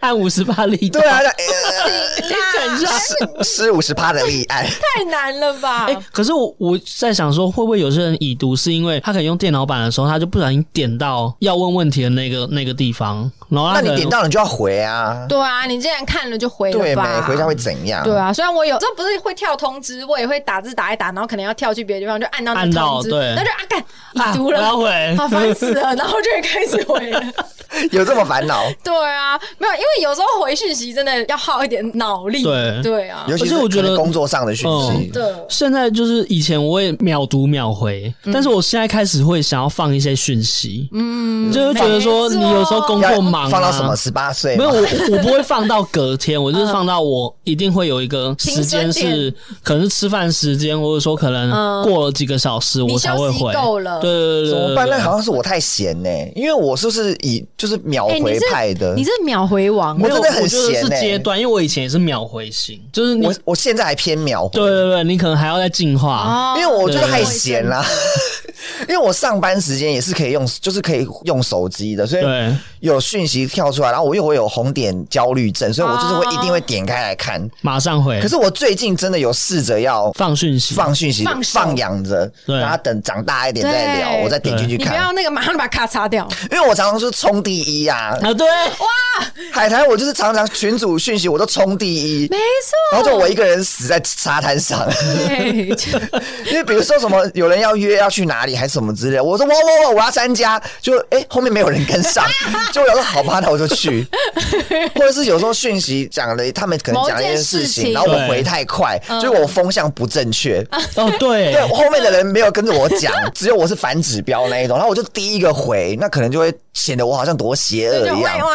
Speaker 2: 按五十八力道
Speaker 1: 对啊， [LAUGHS]
Speaker 3: 很
Speaker 1: 那十五十趴的力按，
Speaker 3: 太难了吧
Speaker 2: 哎、？可是我我在想说，会不会有些人已读是因为他可能用电脑版的时候，他就不小心点到要问问题的那个那个地方，然后
Speaker 1: 那
Speaker 2: 他可
Speaker 1: 你
Speaker 2: 能
Speaker 1: 点到你就要回啊，
Speaker 3: 对啊，你既然看了就回
Speaker 1: 对
Speaker 3: 了
Speaker 1: 没？
Speaker 3: 吧，
Speaker 1: 回家会怎样？
Speaker 3: 对啊，虽然我有，这不是会跳通知，我也会打字打一打，然后可能要跳去别的地方，就按到那
Speaker 2: 按
Speaker 3: 个
Speaker 2: 到
Speaker 3: 通知，
Speaker 2: 对
Speaker 3: 那就啊干
Speaker 2: 啊
Speaker 3: 已读了，
Speaker 2: 我要回
Speaker 3: 好烦死了，然后就会开始
Speaker 2: [LAUGHS]
Speaker 3: 回了。
Speaker 1: 有这么烦恼？
Speaker 3: 对啊，没有，因为有时候回讯息真的要耗一点脑力。
Speaker 2: 对
Speaker 3: 啊，
Speaker 1: 尤其
Speaker 2: 而
Speaker 1: 是
Speaker 2: 且我觉得
Speaker 1: 可能工作上的讯息
Speaker 2: 嗯，
Speaker 3: 的
Speaker 2: [LAUGHS] 现在就是以前我也秒读秒回，
Speaker 3: 嗯
Speaker 2: 但是我现在开始会想要放一些讯息，嗯，就会觉得说
Speaker 3: 没
Speaker 2: 你
Speaker 3: 错
Speaker 2: 有时候工
Speaker 1: 要
Speaker 2: 作忙、啊，
Speaker 1: 放到什么十八岁
Speaker 2: 没
Speaker 1: 吗？
Speaker 2: 有，我我不会放到隔天，我就是放到我一定会有一个时间
Speaker 3: 嗯停损
Speaker 2: 是，可能是吃饭时间，或者说可能
Speaker 3: 嗯
Speaker 2: 过了几个小时我才会
Speaker 3: 你休
Speaker 2: 回。
Speaker 3: 息够了
Speaker 2: 对对对对
Speaker 1: 怎
Speaker 2: 对
Speaker 1: 么办？那好像是我太闲呢，因为我就是以就是秒回派的
Speaker 3: 哎你。是秒回王
Speaker 1: 我
Speaker 2: 没有
Speaker 1: 真的很
Speaker 2: 我觉得
Speaker 1: 闲欸
Speaker 2: 是阶段，因为我以前也是秒回型，就是你
Speaker 1: 我我现在还偏秒回
Speaker 2: 对，对对，你可能还要再进化。
Speaker 3: 哦啊
Speaker 1: 因为我觉得太闲啦。 [LAUGHS] 因为我上班时间也是可以用，就是可以用手机的，所以
Speaker 2: 对，
Speaker 1: 有讯息跳出来，然后我又会有红点焦虑症，所以我就是会一定会点开来看。
Speaker 2: 马上回。
Speaker 1: 可是我最近真的有试着要
Speaker 2: 哦放讯息，
Speaker 1: 放讯息，
Speaker 3: 放手
Speaker 1: 放养着，
Speaker 2: 对
Speaker 1: 然后等长大一点再聊，
Speaker 3: 对
Speaker 1: 我再点进去
Speaker 3: 你不要
Speaker 1: 看。
Speaker 3: 那个马上把卡擦掉，
Speaker 1: 因为我常常是冲第一啊，
Speaker 2: 啊，对，
Speaker 1: 海苔我就是常常群主讯息我都冲第一
Speaker 3: 没，
Speaker 1: 然
Speaker 3: 错。
Speaker 1: 后就我一个人死在沙滩上。 [LAUGHS]
Speaker 3: 对，
Speaker 1: 因为比如说什么有人要约要去哪里还是什么之类的，我说哇哇哇我要参加，就哎、后面没有人跟上，就我想说好吧那我就去， [LAUGHS] 或者是有时候讯息讲了他们可能讲了一件事
Speaker 3: 某件事
Speaker 1: 情，
Speaker 3: 情嗯
Speaker 1: 然后我回太快，所以我风向不正确。
Speaker 2: [LAUGHS] 哦对
Speaker 1: 对，，后面的人没有跟着我讲，只有我是反指标那一种，然后我就第一个回，那可能就会显得我好像多邪恶
Speaker 3: 就
Speaker 1: 呃一
Speaker 3: 歪
Speaker 1: 样。
Speaker 3: 歪，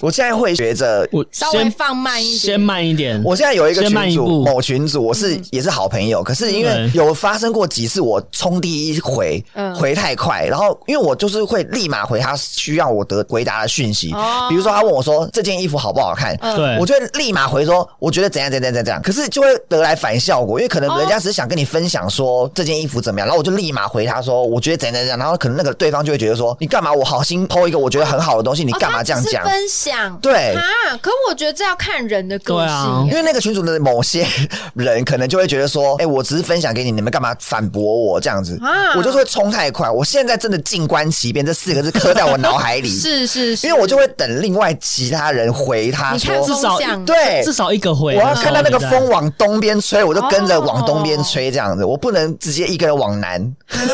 Speaker 1: 我现在会学着
Speaker 2: 我
Speaker 3: 稍微
Speaker 2: 先
Speaker 3: 放慢一点
Speaker 2: 先慢一点。
Speaker 1: 我现在有一个
Speaker 2: 先慢
Speaker 1: 群
Speaker 2: 一
Speaker 1: 主，
Speaker 2: 步
Speaker 3: 嗯
Speaker 1: 某群主，我是也是好朋友，可是因为
Speaker 2: 嗯
Speaker 1: 有发生过几次我冲第一回，回，
Speaker 3: 嗯
Speaker 1: 回太快，然后因为我就是会立马回他需要我的回答的讯息，
Speaker 3: 哦
Speaker 1: 比如说他问我说这件衣服好不好看，
Speaker 3: 嗯
Speaker 2: 对
Speaker 1: 我就会立马回说我觉得怎样怎样怎样怎样，可是就会得来反效果，因为可能人家只是想跟你分享说这件衣服怎么样，然后我就立马回他说我觉得怎样怎样怎样，然后可能那个对方就会觉得说你干嘛我好心抛一个我觉得很好的东西，你
Speaker 3: 哦
Speaker 1: 干嘛
Speaker 3: 他
Speaker 1: 这样
Speaker 3: 只是
Speaker 1: 讲？
Speaker 3: 分享
Speaker 1: 对
Speaker 3: 啊，可我觉得这要看人的个
Speaker 2: 对啊
Speaker 3: 性
Speaker 1: 因
Speaker 3: 耶。
Speaker 1: 为那个群主的某些人可能就会觉得说，哎、我只是分享给你，你们干嘛反驳我这样子？
Speaker 3: 啊
Speaker 1: 我就是会冲太快。我现在真的静观其变这四个字刻在我脑海里，
Speaker 3: [LAUGHS] 是是是，
Speaker 1: 因为我就会等另外其他人回他
Speaker 3: 你看
Speaker 1: 说，
Speaker 2: 至少
Speaker 3: 风向
Speaker 1: 对
Speaker 2: 至。少一个回
Speaker 1: 我
Speaker 2: 的时候。
Speaker 1: 要看到那个
Speaker 2: 对不对
Speaker 1: 风往东边吹，我就跟着往东边
Speaker 3: 哦
Speaker 1: 吹，这样子，我不能直接一个人往
Speaker 3: [LAUGHS]
Speaker 1: 南，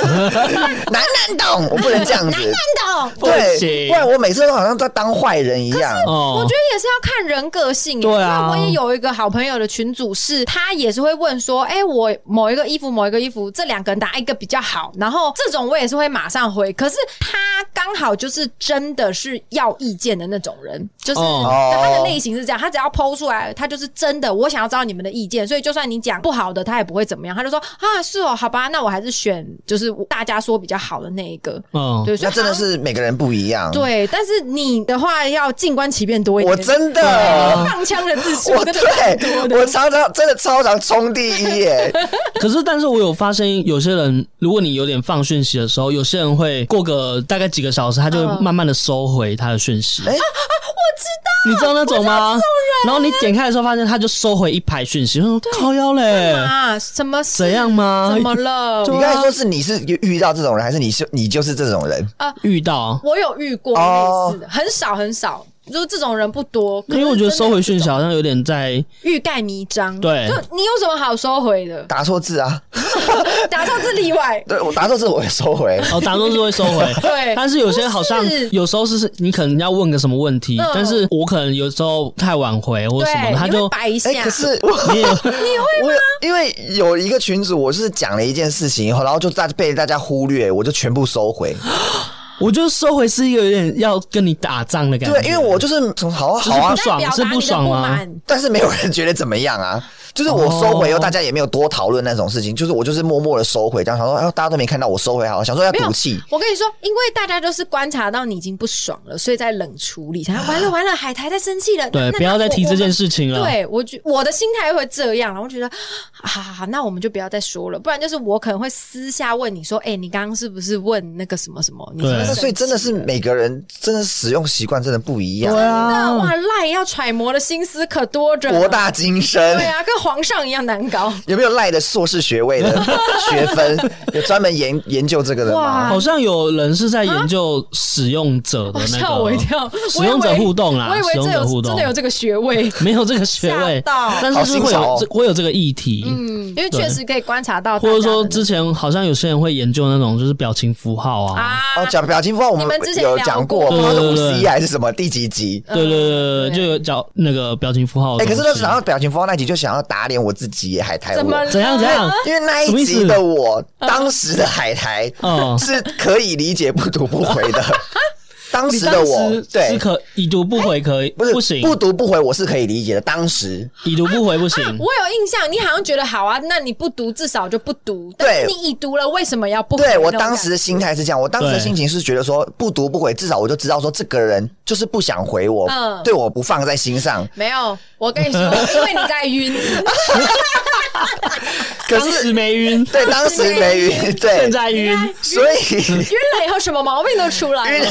Speaker 1: 南南东，我不能这样子，
Speaker 3: 看到。
Speaker 2: 不
Speaker 1: 对，
Speaker 2: 行
Speaker 1: 不然我每次都好像在当坏人一样。
Speaker 2: 哦，
Speaker 3: 我觉得也是要看人个性耶，欸
Speaker 2: 对啊
Speaker 3: 因为我也有一个好朋友的群主是，他也是会问说，哎、我某一个衣服，某一个衣服，这两个人哪一个比较好？然后这种我也是会马上回，可是他刚好就是真的是要意见的那种人，就是、
Speaker 2: 哦
Speaker 3: 对他的类型是这样，他只要剖出来，他就是真的，我想要知道你们的意见，所以就算你讲不好的，他也不会怎么样，他就说啊，是哦，好吧，那我还是选就是大家说比较好的那一个，
Speaker 2: 嗯，
Speaker 3: 对，所
Speaker 1: 那
Speaker 3: 以
Speaker 1: 真的
Speaker 3: 好像
Speaker 1: 是每个人不一样。，
Speaker 3: 对，但是你的话要静观其变多一点，
Speaker 1: 我真的，
Speaker 3: 放枪的次数
Speaker 1: 我
Speaker 3: 真的蛮多
Speaker 1: 对，我
Speaker 3: 的。
Speaker 1: 常常真的超常冲第一耶，
Speaker 2: 可是，但是我有发现，有些人，如果你有点放讯息的时候，有些人会过个大概几个小时，他就会
Speaker 3: 嗯
Speaker 2: 慢慢的收回他的讯息。
Speaker 1: 哎
Speaker 2: 你知道那种
Speaker 3: [LAUGHS]
Speaker 2: 吗？
Speaker 3: 啊
Speaker 2: 然后你点开的时候，发现他就收回一排讯息，我说靠腰嘞，
Speaker 3: 啊，什么事
Speaker 2: 怎样吗
Speaker 3: 怎么了？
Speaker 1: 你刚才说是你是遇到这种人，还是你是你就是这种人？
Speaker 2: 遇到，
Speaker 3: 我有遇过
Speaker 1: 哦
Speaker 3: 类似的，很少很少，就是这种人不多。可
Speaker 2: 因
Speaker 3: 是
Speaker 2: 为我觉得
Speaker 3: 真的
Speaker 2: 收回讯息好像有点在，
Speaker 3: 欲盖弥彰，
Speaker 2: 对
Speaker 3: 就你有什么好收回
Speaker 1: [LAUGHS]
Speaker 3: 的？
Speaker 1: 打错字啊，
Speaker 3: 打上是例外，
Speaker 1: 对我打错字我会收回。
Speaker 2: 哦，打都是会收回。
Speaker 3: [LAUGHS]
Speaker 2: [LAUGHS]
Speaker 3: 对，
Speaker 2: 但是有些好像
Speaker 3: 不是
Speaker 2: 有时候是是你可能要问个什么问题
Speaker 3: 嗯，
Speaker 2: 但是我可能有时候太晚回或者什么
Speaker 3: 对，
Speaker 2: 的，他
Speaker 3: 你
Speaker 2: 就
Speaker 3: 会摆一下
Speaker 1: 哎、，可是我
Speaker 2: 你也
Speaker 1: 我有因为有一个群主，我是讲了一件事情以后，然后就大被大家忽略，我就全部收回。
Speaker 2: 我觉得收回是一个有点要跟你打仗的感觉。
Speaker 1: 对，因为我就是从好啊好啊
Speaker 2: 不，爽
Speaker 3: 代表
Speaker 2: 是
Speaker 3: 达
Speaker 2: 不
Speaker 3: 你的
Speaker 2: 爽吗
Speaker 3: 满
Speaker 1: [LAUGHS] 但是没有人觉得怎么样啊。就是我收回以后，
Speaker 2: 哦
Speaker 1: 大家也没有多讨论那种事情，就是我就是默默的收回，这样想说，哎，大家都没看到我收回，好了，想说要
Speaker 3: 没有
Speaker 1: 赌气。
Speaker 3: 我跟你说，因为大家都是观察到你已经不爽了，所以在冷处
Speaker 2: [SIGHS]
Speaker 3: 理。想要完了完了，海苔在生气了，那
Speaker 2: 对，
Speaker 3: 那
Speaker 2: 不要再提这件
Speaker 3: 事。
Speaker 2: 事情了。
Speaker 3: 对啊我觉我的心态会这样，然后觉得，啊好好好，那我们就不要再说了，不然就是我可能会私下问你说，哎、你刚刚是不是问那个什么什么？你是不
Speaker 2: 对
Speaker 3: 是
Speaker 1: 那
Speaker 3: 生
Speaker 1: 所以真的是
Speaker 3: 气了
Speaker 1: 每个人真的使用习惯真的不一样，
Speaker 3: 那哇赖要揣摩的心思可多着呢，
Speaker 1: 博大精深
Speaker 3: 对。啊，跟皇上一样难搞。
Speaker 1: 有没有赖的硕士学位的
Speaker 3: [LAUGHS]
Speaker 1: 学分？有专门研研究这个的吗
Speaker 3: 哇？
Speaker 2: 好像有人是在研究使用者的
Speaker 3: 哇
Speaker 2: [LAUGHS] 那
Speaker 3: 吓、
Speaker 2: 个
Speaker 3: 啊我一跳，
Speaker 2: 使用者互动啦
Speaker 3: 我以为
Speaker 2: 使
Speaker 3: 我
Speaker 2: 用者
Speaker 3: 以为这有
Speaker 2: 互动
Speaker 3: 真的有这个
Speaker 2: [LAUGHS]
Speaker 3: 学位。
Speaker 2: 没有这个学位
Speaker 3: 吓，到
Speaker 2: 但是是
Speaker 1: 好
Speaker 2: 会
Speaker 1: 新潮
Speaker 2: 有
Speaker 1: 哦
Speaker 2: 这会有这个议题，
Speaker 3: 嗯，因为确实可以观察到大
Speaker 2: 或
Speaker 3: 家的那
Speaker 2: 者
Speaker 3: 个，
Speaker 2: 说之前好像有些人会研究那种就是表情符号啊，
Speaker 3: 啊，
Speaker 1: 哦，讲表情符号我
Speaker 3: 你们之前
Speaker 1: 有
Speaker 3: 聊
Speaker 1: 讲过，
Speaker 3: 过
Speaker 1: 不知道是
Speaker 2: 对
Speaker 1: 五
Speaker 2: 对
Speaker 1: 十一
Speaker 2: 对
Speaker 1: 还是什么第几集？
Speaker 2: 对对对对，
Speaker 3: 对
Speaker 2: 就有叫那个表情符号的
Speaker 1: 哎、
Speaker 2: 东
Speaker 1: 可
Speaker 2: 西。
Speaker 1: 是那想到表情符号那集，就想要打脸我自己耶，海苔
Speaker 3: 怎么
Speaker 1: 我
Speaker 3: 了。
Speaker 2: 怎样怎样，
Speaker 1: 因为那
Speaker 2: 什么
Speaker 1: 一
Speaker 2: 意
Speaker 1: 集
Speaker 2: 思
Speaker 1: 的我，当时的海苔
Speaker 2: 嗯
Speaker 1: 是可以理解不读不回
Speaker 2: [LAUGHS]
Speaker 1: 的。当
Speaker 2: 你
Speaker 1: 时的
Speaker 2: 当
Speaker 1: 我
Speaker 2: 时，
Speaker 1: 对
Speaker 2: 是，可已读不回可以，
Speaker 1: 不是
Speaker 2: 不行，
Speaker 1: 不读不回，我是可以理解的。当时
Speaker 2: 已读不回 [LAUGHS] 不行，
Speaker 3: 我有印象，你好像觉得好啊，那你不读至少就不读，
Speaker 1: 对
Speaker 3: 但是你已读了，为什么要不回
Speaker 1: 对
Speaker 3: 那种
Speaker 1: 我
Speaker 3: 感觉？
Speaker 1: 当时的心态是这样，我当时的
Speaker 2: 对
Speaker 1: 心情是觉得说不读不回，至少我就知道说这个人就是不想回我，
Speaker 3: 嗯
Speaker 1: 对我不放在心上。
Speaker 3: 没有，我跟你说，因为你在晕，
Speaker 1: 可
Speaker 2: 当时
Speaker 1: 是
Speaker 2: 没晕，
Speaker 1: 对当时没晕，对
Speaker 2: 现，在晕，
Speaker 1: 所以
Speaker 3: 晕了以后什么毛病都出来了。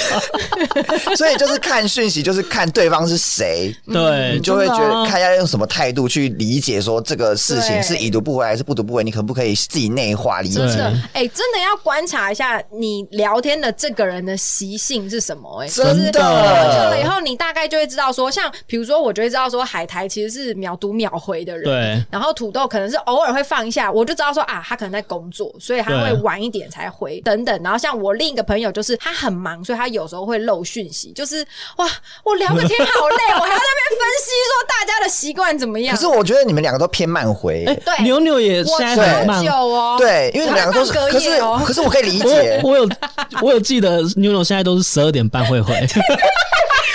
Speaker 1: 所以就是看讯息，就是看对方是谁，
Speaker 2: 对，
Speaker 1: 你就会觉
Speaker 2: 真的
Speaker 1: 得
Speaker 2: 啊
Speaker 1: 看要用什么态度去理解说这个事情
Speaker 3: 对
Speaker 1: 是已读不回还是不读不回，你可不可以自己内化理
Speaker 3: 真
Speaker 1: 解？
Speaker 3: 的
Speaker 2: 对，
Speaker 3: 哎、真的要观察一下你聊天的这个人的习性是什么、哎，
Speaker 1: 真的
Speaker 3: 久了以后，你大概就会知道说，像比如说，我就会知道说，海苔其实是秒读秒回的人，
Speaker 2: 对。
Speaker 3: 然后土豆可能是偶尔会放一下，我就知道说啊，他可能在工作，所以他会
Speaker 2: 对
Speaker 3: 晚一点才回等等。然后像我另一个朋友，就是他很忙，所以他有时候会漏讯息，就是哇，我聊个天好累，我还要在那边分析说大家的习惯怎么样
Speaker 1: 可。是我觉得你们两个都偏慢回，
Speaker 3: 对
Speaker 2: 牛牛也
Speaker 3: 我
Speaker 2: 现在
Speaker 1: 对
Speaker 2: 很慢
Speaker 3: 久哦，
Speaker 1: 对，因为你们两个都是，
Speaker 3: 我还放
Speaker 1: 可
Speaker 3: 隔
Speaker 1: 是
Speaker 3: 夜哦
Speaker 1: 可是我可以理解，
Speaker 2: [LAUGHS] 我我有我有记得妞妞现在都是十二点半会回，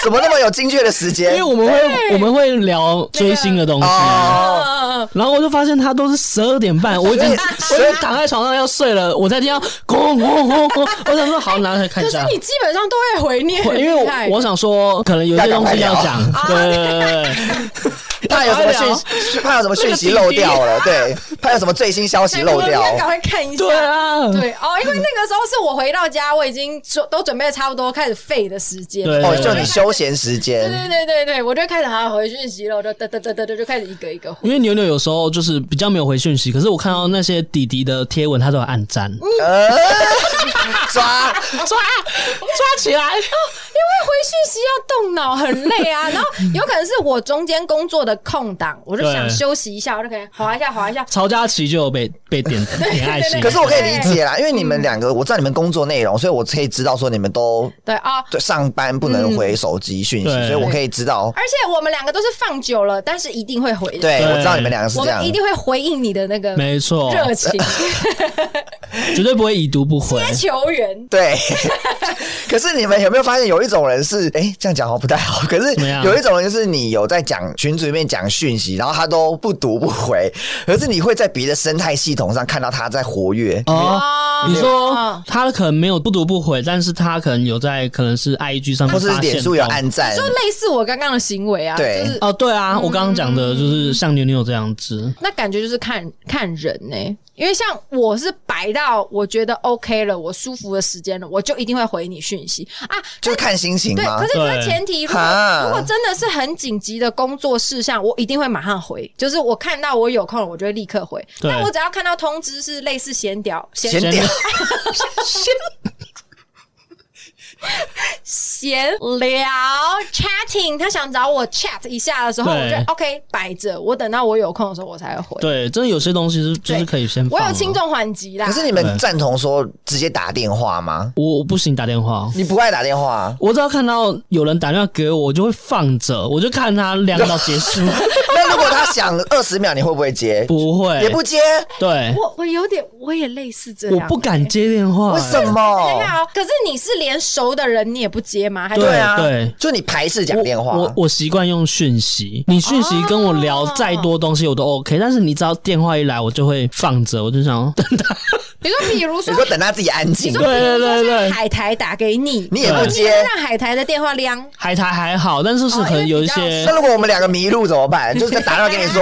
Speaker 1: 怎么那么有精确的时
Speaker 2: 因
Speaker 1: 间
Speaker 2: 为？我们会我们会聊追星的东西，
Speaker 1: 哦，
Speaker 3: 嗯嗯嗯，
Speaker 2: 然后我就发现他都是十二点半，我已经
Speaker 1: 所以
Speaker 2: 我已经躺在床上要睡了，我在听到轰轰轰轰，我想说好，拿来看
Speaker 3: 可
Speaker 2: 一
Speaker 3: 是
Speaker 2: 下。
Speaker 3: 你基本上都会回念，
Speaker 2: 因为
Speaker 3: 很厉害
Speaker 2: 我我想说，可能有些东西要讲，对对对对
Speaker 1: [LAUGHS]
Speaker 2: 对，
Speaker 1: 怕有什么讯息，怕有什么讯息漏掉了，对，
Speaker 3: 啊
Speaker 1: 怕有什么最新消息
Speaker 3: 对
Speaker 1: 漏掉
Speaker 3: 我应。该赶快看一下。
Speaker 2: 对啊
Speaker 3: 对哦，因为那个时候是我回到家，我已经说都准备得差不多，开始废的时间。
Speaker 2: 对
Speaker 1: 哦，就你休闲时间
Speaker 3: 对对对对对，我就开始啊回讯息了，我就嘚嘚嘚嘚嘚就开始一个一个回。
Speaker 2: 因为牛牛有时候就是比较没有回讯息，可是我看到那些弟弟的贴文，他都有暗赞，
Speaker 1: 呃抓
Speaker 2: 抓抓起来，
Speaker 3: [LAUGHS] 因为回讯息要动脑，很累 [LAUGHS] 啊。然后有可能是我中间工作的空档，我就想
Speaker 2: 对
Speaker 3: 休息一下，我就可以滑一下滑一下。
Speaker 2: 曹佳琪就有被被点点爱心。
Speaker 1: 可是我可以理解啦，因为你们两个，我知道你们工作内容，所以我可以知道说你们都
Speaker 3: 对啊，
Speaker 1: 对上班不
Speaker 3: 嗯
Speaker 1: 能回手机讯息，
Speaker 2: 对
Speaker 1: 所以我可以知道。
Speaker 3: 而且我们两个都是放久了，但是一定会回的。，
Speaker 1: 对，
Speaker 2: 对
Speaker 1: 我知道你们两个是
Speaker 3: 我
Speaker 1: 这样
Speaker 3: 们一。定会回应你的那个
Speaker 2: 没错，
Speaker 3: 热 [LAUGHS] 情
Speaker 2: 绝对不会已读不回。
Speaker 3: 球员。
Speaker 1: 对， [LAUGHS] 可是你们有没有发现有一种人是，哎、这样讲好像不太好。可是
Speaker 2: 怎么样
Speaker 1: 有一种人就是你有在讲群组里面讲讯息，然后他都不读不回，可是你会在别的生态系统上看到他在活跃。
Speaker 2: 哦，
Speaker 3: 啊
Speaker 2: 你说
Speaker 3: 嗯
Speaker 2: 他可能没有不读不回，但是他可能有在可能是 IG 上
Speaker 1: 或
Speaker 2: 面
Speaker 1: 是
Speaker 2: 发
Speaker 1: 脸
Speaker 2: 现
Speaker 1: 书有
Speaker 2: 到
Speaker 1: 暗赞，
Speaker 3: 就类似我刚刚的行为啊，
Speaker 1: 对
Speaker 3: 就是
Speaker 2: 哦，对啊，我刚刚讲的就是像牛牛这样子，
Speaker 3: 那感觉就是看看人呢、因为像我是摆到我觉得 OK 了，我舒服的时间了，我就一定会回你讯息啊。
Speaker 1: 就是看心情
Speaker 3: 对，
Speaker 1: 吗
Speaker 3: 可？是你的
Speaker 2: 嗯啊对
Speaker 3: 前提，如果
Speaker 1: 哈
Speaker 3: 如果真的是很紧急的工作事项，我一定会马上回，就是我看到我有空了，我就会立刻回。
Speaker 2: 对
Speaker 3: 但我只要看到通知是类似闲聊、闲
Speaker 1: 闲聊，
Speaker 3: 闲聊 chatting，他想找我 chat 一下的时候，
Speaker 2: 对
Speaker 3: 我就 OK 摆着，我等到我有空的时候我才会回。
Speaker 2: 对，真的有些东西是就
Speaker 3: 对
Speaker 2: 是可以先
Speaker 3: 我
Speaker 2: 放啊
Speaker 3: 有轻重缓急啦。
Speaker 1: 可是你们赞同说直接打电话吗？
Speaker 2: 我我不行打电话。
Speaker 1: 你不爱打电话，啊
Speaker 2: [LAUGHS] 我只要看到有人打电话给我，我就会放着，我就看他亮到结束，
Speaker 1: 那如果他想二十秒，你会不会接？
Speaker 2: 不会，
Speaker 1: 也不接，
Speaker 2: 对，
Speaker 3: 我我有点，我也类似这
Speaker 2: 我
Speaker 3: 样。
Speaker 2: 不敢接电话、
Speaker 1: 为什
Speaker 3: 等一
Speaker 1: 么？
Speaker 3: 下哦，可是你是连熟的人你也不接吗？还是
Speaker 2: 对
Speaker 1: 对啊，
Speaker 2: 对
Speaker 1: 就你排斥讲电话。
Speaker 2: 我我我习惯用讯息，你讯息跟我聊再多东西我都 OK，、但是你只要电话一来，我就会放着，我就想等他。
Speaker 3: 比如说，比如
Speaker 1: 你
Speaker 3: 说
Speaker 1: 说，等他自己安静，
Speaker 2: 对对对对，
Speaker 3: 海苔打给你，
Speaker 1: 你也不
Speaker 3: 你
Speaker 1: 接
Speaker 3: 会。让海苔的电话亮。
Speaker 2: 海苔还好，但是是
Speaker 3: 哦
Speaker 2: 可能
Speaker 3: 因为
Speaker 2: 有一
Speaker 3: 比较
Speaker 2: 些
Speaker 1: 那如果我们两个迷路怎么办？就是在打电话跟你说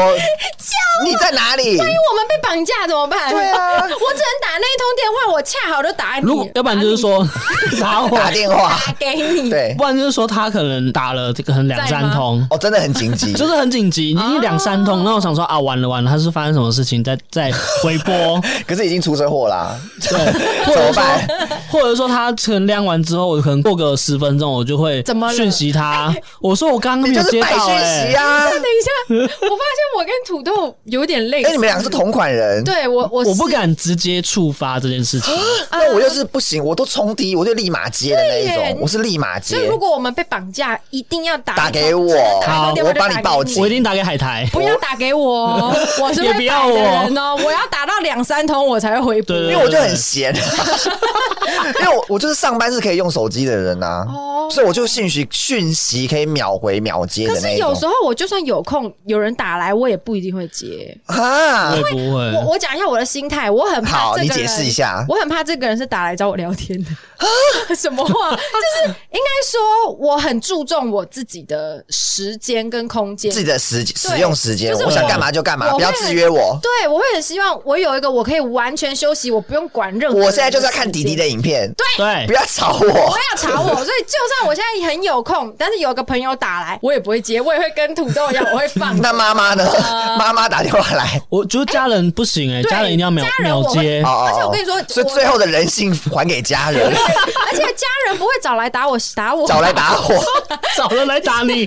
Speaker 3: [LAUGHS]
Speaker 1: 你在哪里？
Speaker 3: 我们被绑架怎么办？
Speaker 1: 对啊
Speaker 3: [LAUGHS] 我只能打那一通电话，我恰好就打啊你
Speaker 2: 如果，要不然就是
Speaker 3: [LAUGHS]
Speaker 2: 说打我，
Speaker 1: 打电话，
Speaker 3: 打给你。
Speaker 1: 对
Speaker 2: 不然就是说他可能打了这个很两
Speaker 3: 在
Speaker 2: 三
Speaker 3: 吗哦
Speaker 2: 通。
Speaker 1: 哦，真的很紧
Speaker 3: [LAUGHS]
Speaker 1: 急，
Speaker 2: 就是很紧急，一两三通，那我想说啊，完了完了，他是发生什么事情？再再回拨， [LAUGHS]
Speaker 1: 可是已经出车祸啦，
Speaker 2: 对，或
Speaker 1: 怎
Speaker 2: 者
Speaker 1: 么
Speaker 2: 说
Speaker 1: 办？
Speaker 2: 或者说他可能晾完之后，我可能过个十分钟，我就会
Speaker 3: 怎么了哎
Speaker 2: 讯息他，我说我刚刚
Speaker 1: 你
Speaker 2: 没
Speaker 1: 就
Speaker 2: 有
Speaker 1: 是
Speaker 2: 接
Speaker 1: 摆
Speaker 2: 到、欸，
Speaker 1: 讯息啊！
Speaker 3: 等一下，我发现我跟土豆有点类似。
Speaker 1: 哎，你们俩是同款人，
Speaker 3: 对我，我
Speaker 2: 我不
Speaker 3: 是
Speaker 2: 敢直接触发这件事
Speaker 3: 哦
Speaker 2: 情。
Speaker 1: 那我就是不行，我都冲低，我就立马接的那一
Speaker 3: 呃对耶
Speaker 1: 种，我是立马接
Speaker 3: 所以，。如果我们被绑架，一定要打
Speaker 1: 打
Speaker 3: 一通
Speaker 1: 给我
Speaker 3: 只能打一通
Speaker 2: 好
Speaker 3: 电话
Speaker 1: 我
Speaker 3: 就
Speaker 1: 帮
Speaker 3: 打
Speaker 1: 你
Speaker 3: 给
Speaker 1: 报警
Speaker 2: 我一定打给海苔。
Speaker 3: 不要打给我哦，我是
Speaker 1: [LAUGHS]
Speaker 2: 也
Speaker 3: 会
Speaker 2: 不
Speaker 3: 打
Speaker 2: 要
Speaker 3: 的
Speaker 2: 我
Speaker 3: 人哦。我要打到两三通我才会回
Speaker 2: 对
Speaker 3: 拨。
Speaker 2: 对对
Speaker 1: 因为我就很闲， [LAUGHS] 因为我我就是上班是可以用手机的人呐、啊，
Speaker 3: 哦
Speaker 1: 所以我就讯息讯息可以秒回秒接
Speaker 3: 可
Speaker 1: 的
Speaker 3: 是
Speaker 1: 那一
Speaker 3: 有时
Speaker 1: 种
Speaker 3: 候我就算有空，有人打来，我也不一定会接。
Speaker 1: 啊
Speaker 2: 会。不会？
Speaker 3: 我我讲一下我的心态，我很怕
Speaker 1: 好
Speaker 3: 这个人
Speaker 1: 你解释一下啊
Speaker 3: 我很怕这个人是打来找我聊天的。 [LAUGHS] 什么话？就是应该说，我很注重我自己的时间跟空间
Speaker 1: 自。己的时使用时间，
Speaker 3: 就是
Speaker 1: 我
Speaker 3: 我
Speaker 1: 想干嘛就干嘛，
Speaker 3: 我
Speaker 1: 不要
Speaker 3: 会
Speaker 1: 制约我。
Speaker 3: 对，我会很希望我有一个我可以完全休息，我不用管任何。
Speaker 1: 我现在就是要看迪迪。的影片，
Speaker 2: 对
Speaker 1: 不，要吵我。
Speaker 3: 不。要吵我，所以就算我现在很有空，但是有个朋友打来，我也不会接，我也会跟土豆一样，我会放
Speaker 1: [LAUGHS] 那妈妈呢？
Speaker 3: 呃
Speaker 1: 妈妈打电话来，
Speaker 2: 我觉得家人不行哎、
Speaker 3: 对
Speaker 2: 家人一定要秒
Speaker 3: 家人
Speaker 2: 秒
Speaker 3: 我会
Speaker 2: 接
Speaker 1: 哦。哦
Speaker 3: 而且我跟你说
Speaker 1: 哦所以
Speaker 3: 我
Speaker 1: 最后的人性还给家人，
Speaker 3: 而且家人不会找来打我，打我。
Speaker 1: 找来打我，
Speaker 2: [LAUGHS]
Speaker 1: [LAUGHS]
Speaker 2: 找人来打你，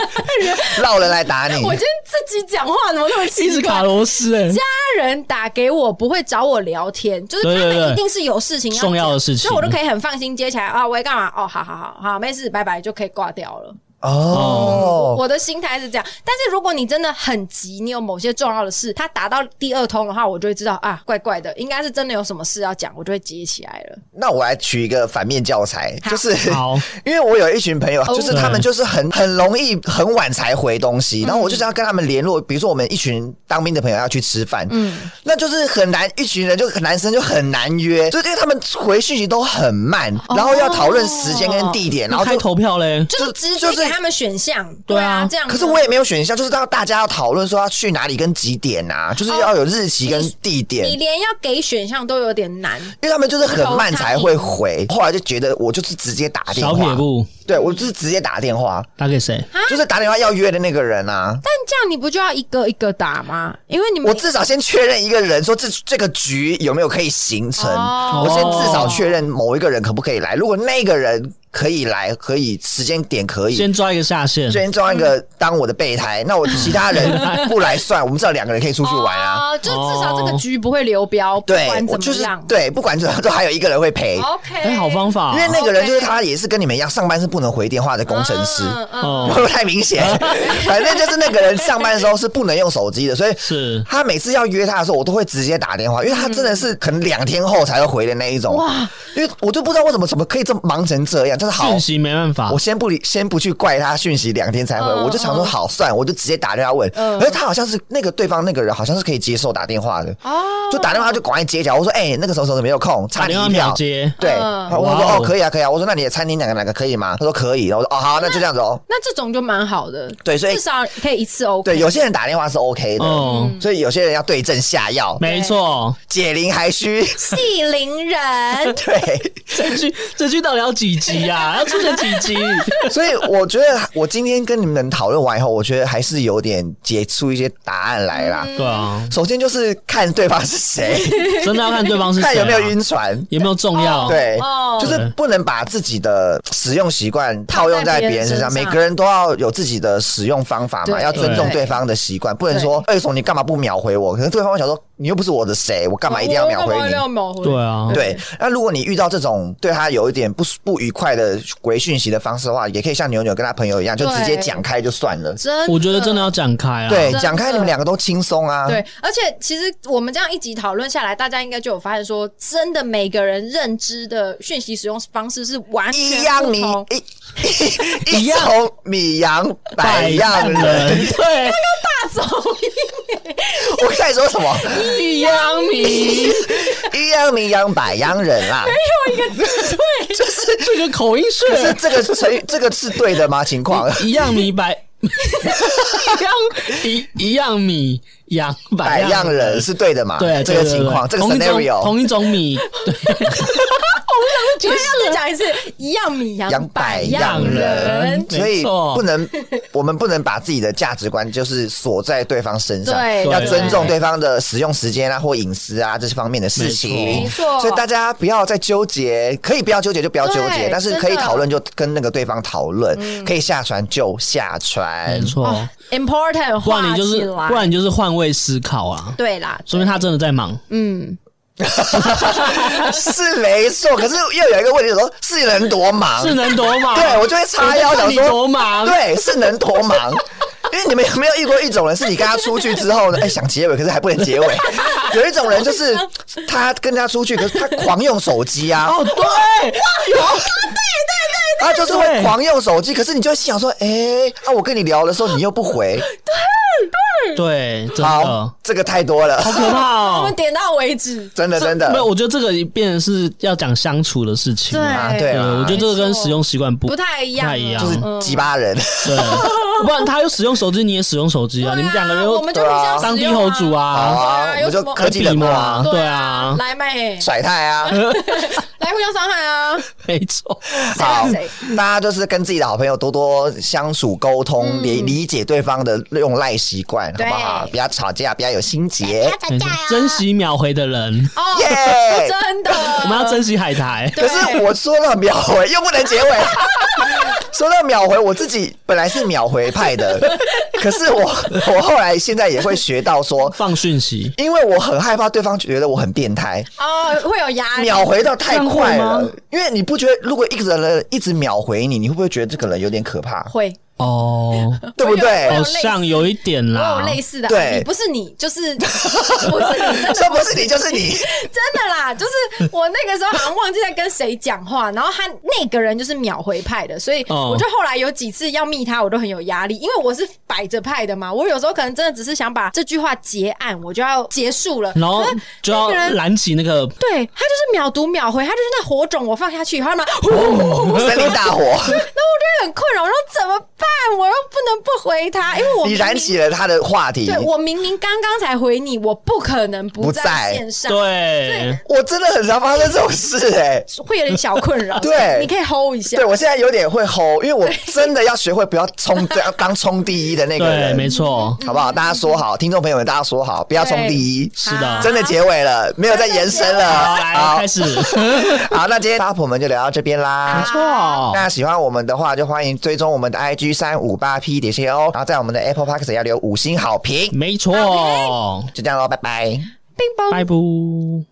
Speaker 1: 绕人来打你。
Speaker 3: 我今天自己讲话怎么那么
Speaker 2: 一
Speaker 3: 奇
Speaker 2: 直
Speaker 3: 怪？
Speaker 2: 卡螺丝哎、
Speaker 3: 家人打给我不会找我聊天，就是他
Speaker 2: 对对
Speaker 3: 们
Speaker 2: 对
Speaker 3: 一定是有事情
Speaker 2: 重要的
Speaker 3: 讲
Speaker 2: 事情
Speaker 3: 所以我就可以很放心接起来啊，我要干嘛？哦，好好好好，没事，拜拜就可以挂掉了。
Speaker 1: 哦，
Speaker 3: 我的心态是这样，但是如果你真的很急，你有某些重要的事，他打到第二通的话，我就会知道啊，怪怪的，应该是真的有什么事要讲，我就会接起来了。
Speaker 1: 那我来取一个反面教材，
Speaker 3: 好
Speaker 1: 就是
Speaker 2: 好
Speaker 1: [LAUGHS] 因为我有一群朋友，
Speaker 3: 哦
Speaker 1: 就是他们就是很很容易很晚才回东西，然后
Speaker 3: 嗯
Speaker 1: 我就想要跟他们联络，比如说我们一群当兵的朋友要去吃饭，嗯，那就是很难，一群人就男生就很难约，就是因为他们回讯息都很慢，
Speaker 3: 哦
Speaker 1: 然后要讨论时间跟地点，然后
Speaker 2: 开
Speaker 1: 就。
Speaker 2: 投票嘞，
Speaker 3: 就是直
Speaker 1: 就
Speaker 3: 接
Speaker 1: 是
Speaker 3: 给他们选项，
Speaker 2: 对
Speaker 3: 对
Speaker 2: 啊
Speaker 3: 这样子。
Speaker 1: 可是我也没有选项，就是要大家要讨论说要去哪里跟几点啊，就是要有日期跟地点。
Speaker 3: 哦你连要给选项都有点难，
Speaker 1: 因为他们就是很慢才会回，后来就觉得我就是直接打电
Speaker 2: 小
Speaker 1: 话，
Speaker 2: 撇步
Speaker 1: 对我就是直接打电话，
Speaker 2: 打给谁？
Speaker 1: 就是打电话要约的那个人啊。
Speaker 3: 啊但这样你不就要一个一个打吗？因为你们
Speaker 1: 我至少先确认一个人，说这这个局有没有可以形成。
Speaker 3: 哦
Speaker 1: 我先至少确认某一个人可不可以来。如果那个人可以来，可以时间点可以，
Speaker 2: 先抓一个下线，
Speaker 1: 先装一个当我的备胎。那我其他人不来算，我们至少两个人可以出去玩啊。
Speaker 3: 哦，就至少这个局不会流标，不
Speaker 1: 对
Speaker 3: 管，
Speaker 1: 我
Speaker 3: 怎
Speaker 1: 就
Speaker 3: 么
Speaker 1: 是
Speaker 3: 样。
Speaker 1: 对，不管怎么样都还有一个人会陪。
Speaker 3: OK，
Speaker 2: 哎，好方法
Speaker 1: 因
Speaker 2: 哦
Speaker 1: 为那个人就是
Speaker 3: 哦
Speaker 1: 他，也是跟你们一样，上班是不能回电话的工程师。
Speaker 3: 嗯嗯
Speaker 1: 会
Speaker 2: 哦
Speaker 1: 不，会太明
Speaker 2: [LAUGHS]
Speaker 1: 显？反正就是那个人上班的时候是不能用手机的，所以
Speaker 2: 是
Speaker 1: 他每次要约他的时候，我都会直接打电话，因为他真的是可能两天后才会回的那一种。哇！因为我就不知道为什么怎么可以这么忙成这样，就是好
Speaker 2: 讯。息没办法
Speaker 1: 我，先不理，先不去怪他讯息两天才回，
Speaker 3: 嗯
Speaker 1: 我就想说好算，我就直接打电话问。
Speaker 3: 嗯
Speaker 1: 可是他好像是那个对方那个人，好像是可以接受打电话的，
Speaker 3: 哦
Speaker 1: 就打电话就赶快接起来。我说哎、那个时候什么时候没有空，差
Speaker 2: 打
Speaker 1: 你
Speaker 2: 电
Speaker 1: 一
Speaker 2: 话
Speaker 1: 票
Speaker 2: 秒。接，
Speaker 1: 对，
Speaker 3: 嗯
Speaker 1: 他我说
Speaker 2: 哇
Speaker 1: 哦
Speaker 2: 哦
Speaker 1: 可以啊可以啊，我说那你的餐厅哪个哪个可以吗？他说可以，然后我说哦好，那就这样子哦。
Speaker 3: 那这种就蛮好的，
Speaker 1: 对所以
Speaker 3: 至少可以一次 OK。嗯
Speaker 1: 对，有些人打电话是 OK 的，
Speaker 2: 哦，
Speaker 1: 所以有些人要对症下药，
Speaker 2: 没错，
Speaker 1: 解铃还需
Speaker 3: 系邻人
Speaker 1: [LAUGHS] 对。
Speaker 2: 这句这句到底要几
Speaker 1: [LAUGHS]
Speaker 2: 集呀？要出现几集？
Speaker 1: 所以我觉得，我今天跟你们讨论完以后，我觉得还是有点解出一些答案来啦。
Speaker 3: 嗯
Speaker 2: 对啊，
Speaker 1: 首先就是看对方是谁，
Speaker 2: 真的要看对方是谁啊
Speaker 1: 看有没有晕船。
Speaker 2: 有没有重要？
Speaker 1: 对
Speaker 3: 哦，
Speaker 1: 就是不能把自己的使用习惯套用在别人身上，
Speaker 3: 套在别
Speaker 1: 每
Speaker 3: 人身上
Speaker 1: 个人都要有自己的使用方法嘛，
Speaker 3: 对
Speaker 1: 要尊重
Speaker 3: 对
Speaker 1: 对方的习惯，不能说哎二怂你干嘛不秒回我？可能对方会想说你又不是我的谁，我 [LAUGHS] 干嘛一定要秒回
Speaker 3: 哦我干嘛一
Speaker 1: 你
Speaker 3: 定？要秒回
Speaker 2: 对啊，
Speaker 1: 对，那如果你遇到这种对他有一点不不愉快的回讯息的方式的话，也可以像牛牛跟他朋友一样，就直接
Speaker 3: 对
Speaker 1: 讲开就算了。
Speaker 3: 真
Speaker 2: 我觉得真的要讲开啊。
Speaker 1: 对
Speaker 3: 真，的
Speaker 1: 讲开你们两个都轻松啊。
Speaker 3: 对，而且其实我们这样一集讨论下来，大家应该就有发现说，真的每个人认知的讯息使用方式是完全
Speaker 1: 一样
Speaker 3: 不
Speaker 1: 米
Speaker 3: 同。
Speaker 1: 一 [LAUGHS] 一一种米养百样 [LAUGHS]
Speaker 2: 样
Speaker 1: 人。，
Speaker 2: 对，
Speaker 1: 我刚才说什
Speaker 2: [LAUGHS]
Speaker 1: 么？
Speaker 2: 一样
Speaker 1: [LAUGHS]
Speaker 2: 米，
Speaker 1: 一样米养百样人啊啦。
Speaker 2: 这个口音
Speaker 1: 可是
Speaker 2: 是
Speaker 1: 这个成语，这个是对的吗？情况
Speaker 2: [LAUGHS] 一样米百，一样一一样米养
Speaker 1: 百
Speaker 2: 百
Speaker 1: 样人。是对的嘛？
Speaker 2: 对，
Speaker 1: 这个
Speaker 2: 对对
Speaker 1: 情况，这
Speaker 2: 对
Speaker 1: 个
Speaker 2: 同一种
Speaker 1: scenario
Speaker 2: 同一种
Speaker 1: [LAUGHS]
Speaker 2: 米，对，
Speaker 3: 我要再讲一次，一样米养
Speaker 1: 养百
Speaker 3: 百
Speaker 1: 样
Speaker 3: 样
Speaker 2: 人
Speaker 3: 人。
Speaker 1: 所以
Speaker 2: 没错
Speaker 1: 不能，我们不能把自己的价值观就是锁在对方身上，
Speaker 3: 对
Speaker 1: 要
Speaker 2: 对
Speaker 1: 尊重对方的使用时间啊或隐私啊这些方面的事情。
Speaker 2: 没
Speaker 3: 错
Speaker 1: 所以大家不要再纠结，可以不要纠结就不要纠结
Speaker 3: 对，
Speaker 1: 但是
Speaker 3: 真的
Speaker 1: 可以讨论就跟那个对方讨论，
Speaker 2: 嗯
Speaker 1: 可以下船就下船
Speaker 2: 没。错
Speaker 3: 哦。important
Speaker 2: 不然你
Speaker 3: 话
Speaker 2: 就
Speaker 3: 起
Speaker 2: 是，
Speaker 3: 来，
Speaker 2: 不然你就是换位思考啊，
Speaker 3: 对啦，
Speaker 2: 说明他真的在忙。
Speaker 3: 嗯，
Speaker 1: [LAUGHS] 是没错，可是又有一个问题，说是能多忙？
Speaker 2: 是能多
Speaker 1: [LAUGHS]
Speaker 2: 忙？
Speaker 1: 对我就会叉腰
Speaker 2: 我就看
Speaker 1: 想
Speaker 2: 你
Speaker 1: 说
Speaker 2: 多忙？
Speaker 1: 对，是能多
Speaker 2: [LAUGHS]
Speaker 1: 忙。因为你们有没有遇过一种人，是你跟他出去之后呢，哎、想结尾，可是还不能结尾。有一种人就是他跟他出去，可是他狂用手机啊，
Speaker 2: 哦，对，
Speaker 1: 他就是会
Speaker 2: 对
Speaker 1: 狂用手机。可是你就会心想说，哎、啊，我跟你聊的时候你又不回， [LAUGHS]
Speaker 2: 对，真的，
Speaker 1: 好
Speaker 2: 好，
Speaker 1: 这个太多了，
Speaker 2: 可怕
Speaker 3: 我们
Speaker 2: 哦！
Speaker 3: 点到为止。
Speaker 1: 真的真的
Speaker 2: 没有，我觉得这个变成是要讲相处的事情。
Speaker 1: 啊，对
Speaker 2: 哎对，
Speaker 1: 啊，
Speaker 2: 我觉得这个跟使用习惯不
Speaker 3: 不太一样
Speaker 2: 不
Speaker 3: 啊嗯
Speaker 2: 太一样啊嗯
Speaker 1: 就
Speaker 2: 这
Speaker 1: 是鸡巴人，
Speaker 2: 对，
Speaker 3: [LAUGHS]
Speaker 2: 不然他又使用手机，你也使用手机啊，你们两个人
Speaker 3: 对啊我
Speaker 2: 又
Speaker 3: 们就互
Speaker 1: 对啊
Speaker 3: 相使
Speaker 2: 当低
Speaker 3: 用
Speaker 2: 头主
Speaker 1: 好
Speaker 2: 啊，
Speaker 1: 啊，
Speaker 3: 对啊
Speaker 1: 我们就
Speaker 3: 有什么
Speaker 1: 科技冷漠啊，
Speaker 2: 对
Speaker 3: 对
Speaker 2: 啊
Speaker 3: 啊，来妹，
Speaker 1: 甩太啊，
Speaker 3: 来互相伤害啊！
Speaker 2: 没
Speaker 3: [LAUGHS]
Speaker 2: 错，
Speaker 1: 好
Speaker 3: 谁，
Speaker 1: [LAUGHS] 大家就是跟自己的好朋友多多相处、沟通，理、理解对方的用赖习惯，好
Speaker 3: 对
Speaker 1: 不好？不要吵架，不要有心结，
Speaker 2: 没错，
Speaker 3: 啊
Speaker 2: 珍惜秒回的人，
Speaker 3: 哦，
Speaker 1: 耶、
Speaker 3: 真的，
Speaker 2: 我们要珍惜海苔。
Speaker 1: 可是我说到秒回， [LAUGHS] 又不能结尾。说到秒回，我自己本来是秒回派的，可是我我后来现在也会学到说，
Speaker 2: 放讯息，
Speaker 1: 因为我很害怕对方觉得我很变态，
Speaker 3: 哦，会有压力。
Speaker 1: 秒回到太快
Speaker 2: 这样会
Speaker 1: 了
Speaker 2: 吗。
Speaker 1: 因为你不觉得，如果一个人一直秒回你，你会不会觉得这个人有点可怕？
Speaker 3: 会
Speaker 2: 哦，
Speaker 1: 对不对
Speaker 2: 好
Speaker 3: 我？有类似
Speaker 2: 像有一点
Speaker 3: 我有
Speaker 2: 啦，
Speaker 3: 类似的，
Speaker 1: 对
Speaker 3: 你不是你就是不是你，真的
Speaker 1: [LAUGHS] 说不是你就是
Speaker 2: [LAUGHS]
Speaker 1: 你，
Speaker 3: 真的啦，就是我那个时候好像忘记在跟谁讲话，然后他那个人就是秒回派的，所以
Speaker 2: 哦
Speaker 3: 我就后来有几次要密他，我都很有压力，因为我是摆着派的嘛，我有时候可能真的只是想把这句话结案，我就要结束了，
Speaker 2: 然后
Speaker 3: 可是
Speaker 2: 就要
Speaker 3: 那个人
Speaker 2: 燃起那个
Speaker 3: 对他就是秒读秒回，他就是那火种，我放下去以后，他嘛，呼呼呼呼
Speaker 1: 森林大火，
Speaker 3: 就很困扰，我说怎么办？我又不能不回他，因为我
Speaker 1: 你
Speaker 3: 明
Speaker 1: 燃
Speaker 3: 明
Speaker 1: 起了他的话题
Speaker 3: 对。我明明刚刚才回你，我不可能
Speaker 1: 不
Speaker 3: 不
Speaker 1: 在
Speaker 3: 在线上，
Speaker 2: 对，
Speaker 1: 我真的很常发生这种事哎、
Speaker 3: 会有点小困扰。
Speaker 1: 对
Speaker 3: 你可以 hold 一下
Speaker 1: 对。我现在有点会吼，因为我真的要学会不要冲，当当冲第一的那个
Speaker 2: 对，
Speaker 1: 人，
Speaker 2: 没错，
Speaker 1: 好不好？大家说好，听众朋友们，大家说好，不要冲
Speaker 3: 对
Speaker 1: 第一。
Speaker 2: 是的
Speaker 3: 好
Speaker 1: 真的结尾了，没有再延伸
Speaker 3: 嗯
Speaker 1: 了。
Speaker 2: [LAUGHS] 好来
Speaker 1: 好
Speaker 2: 开
Speaker 3: [LAUGHS]
Speaker 2: 始，
Speaker 1: 好，那今天八婆们就聊到这边啦
Speaker 2: 没。错，
Speaker 1: 那喜欢我们的话，就欢迎追踪我们的 IG 三五八 P 点 C O，然后在我们的 Apple Podcast 要留五星好评。
Speaker 2: 没错，
Speaker 3: 嗯
Speaker 1: 就这样喽，拜拜。
Speaker 3: 冰雹
Speaker 2: 拜拜。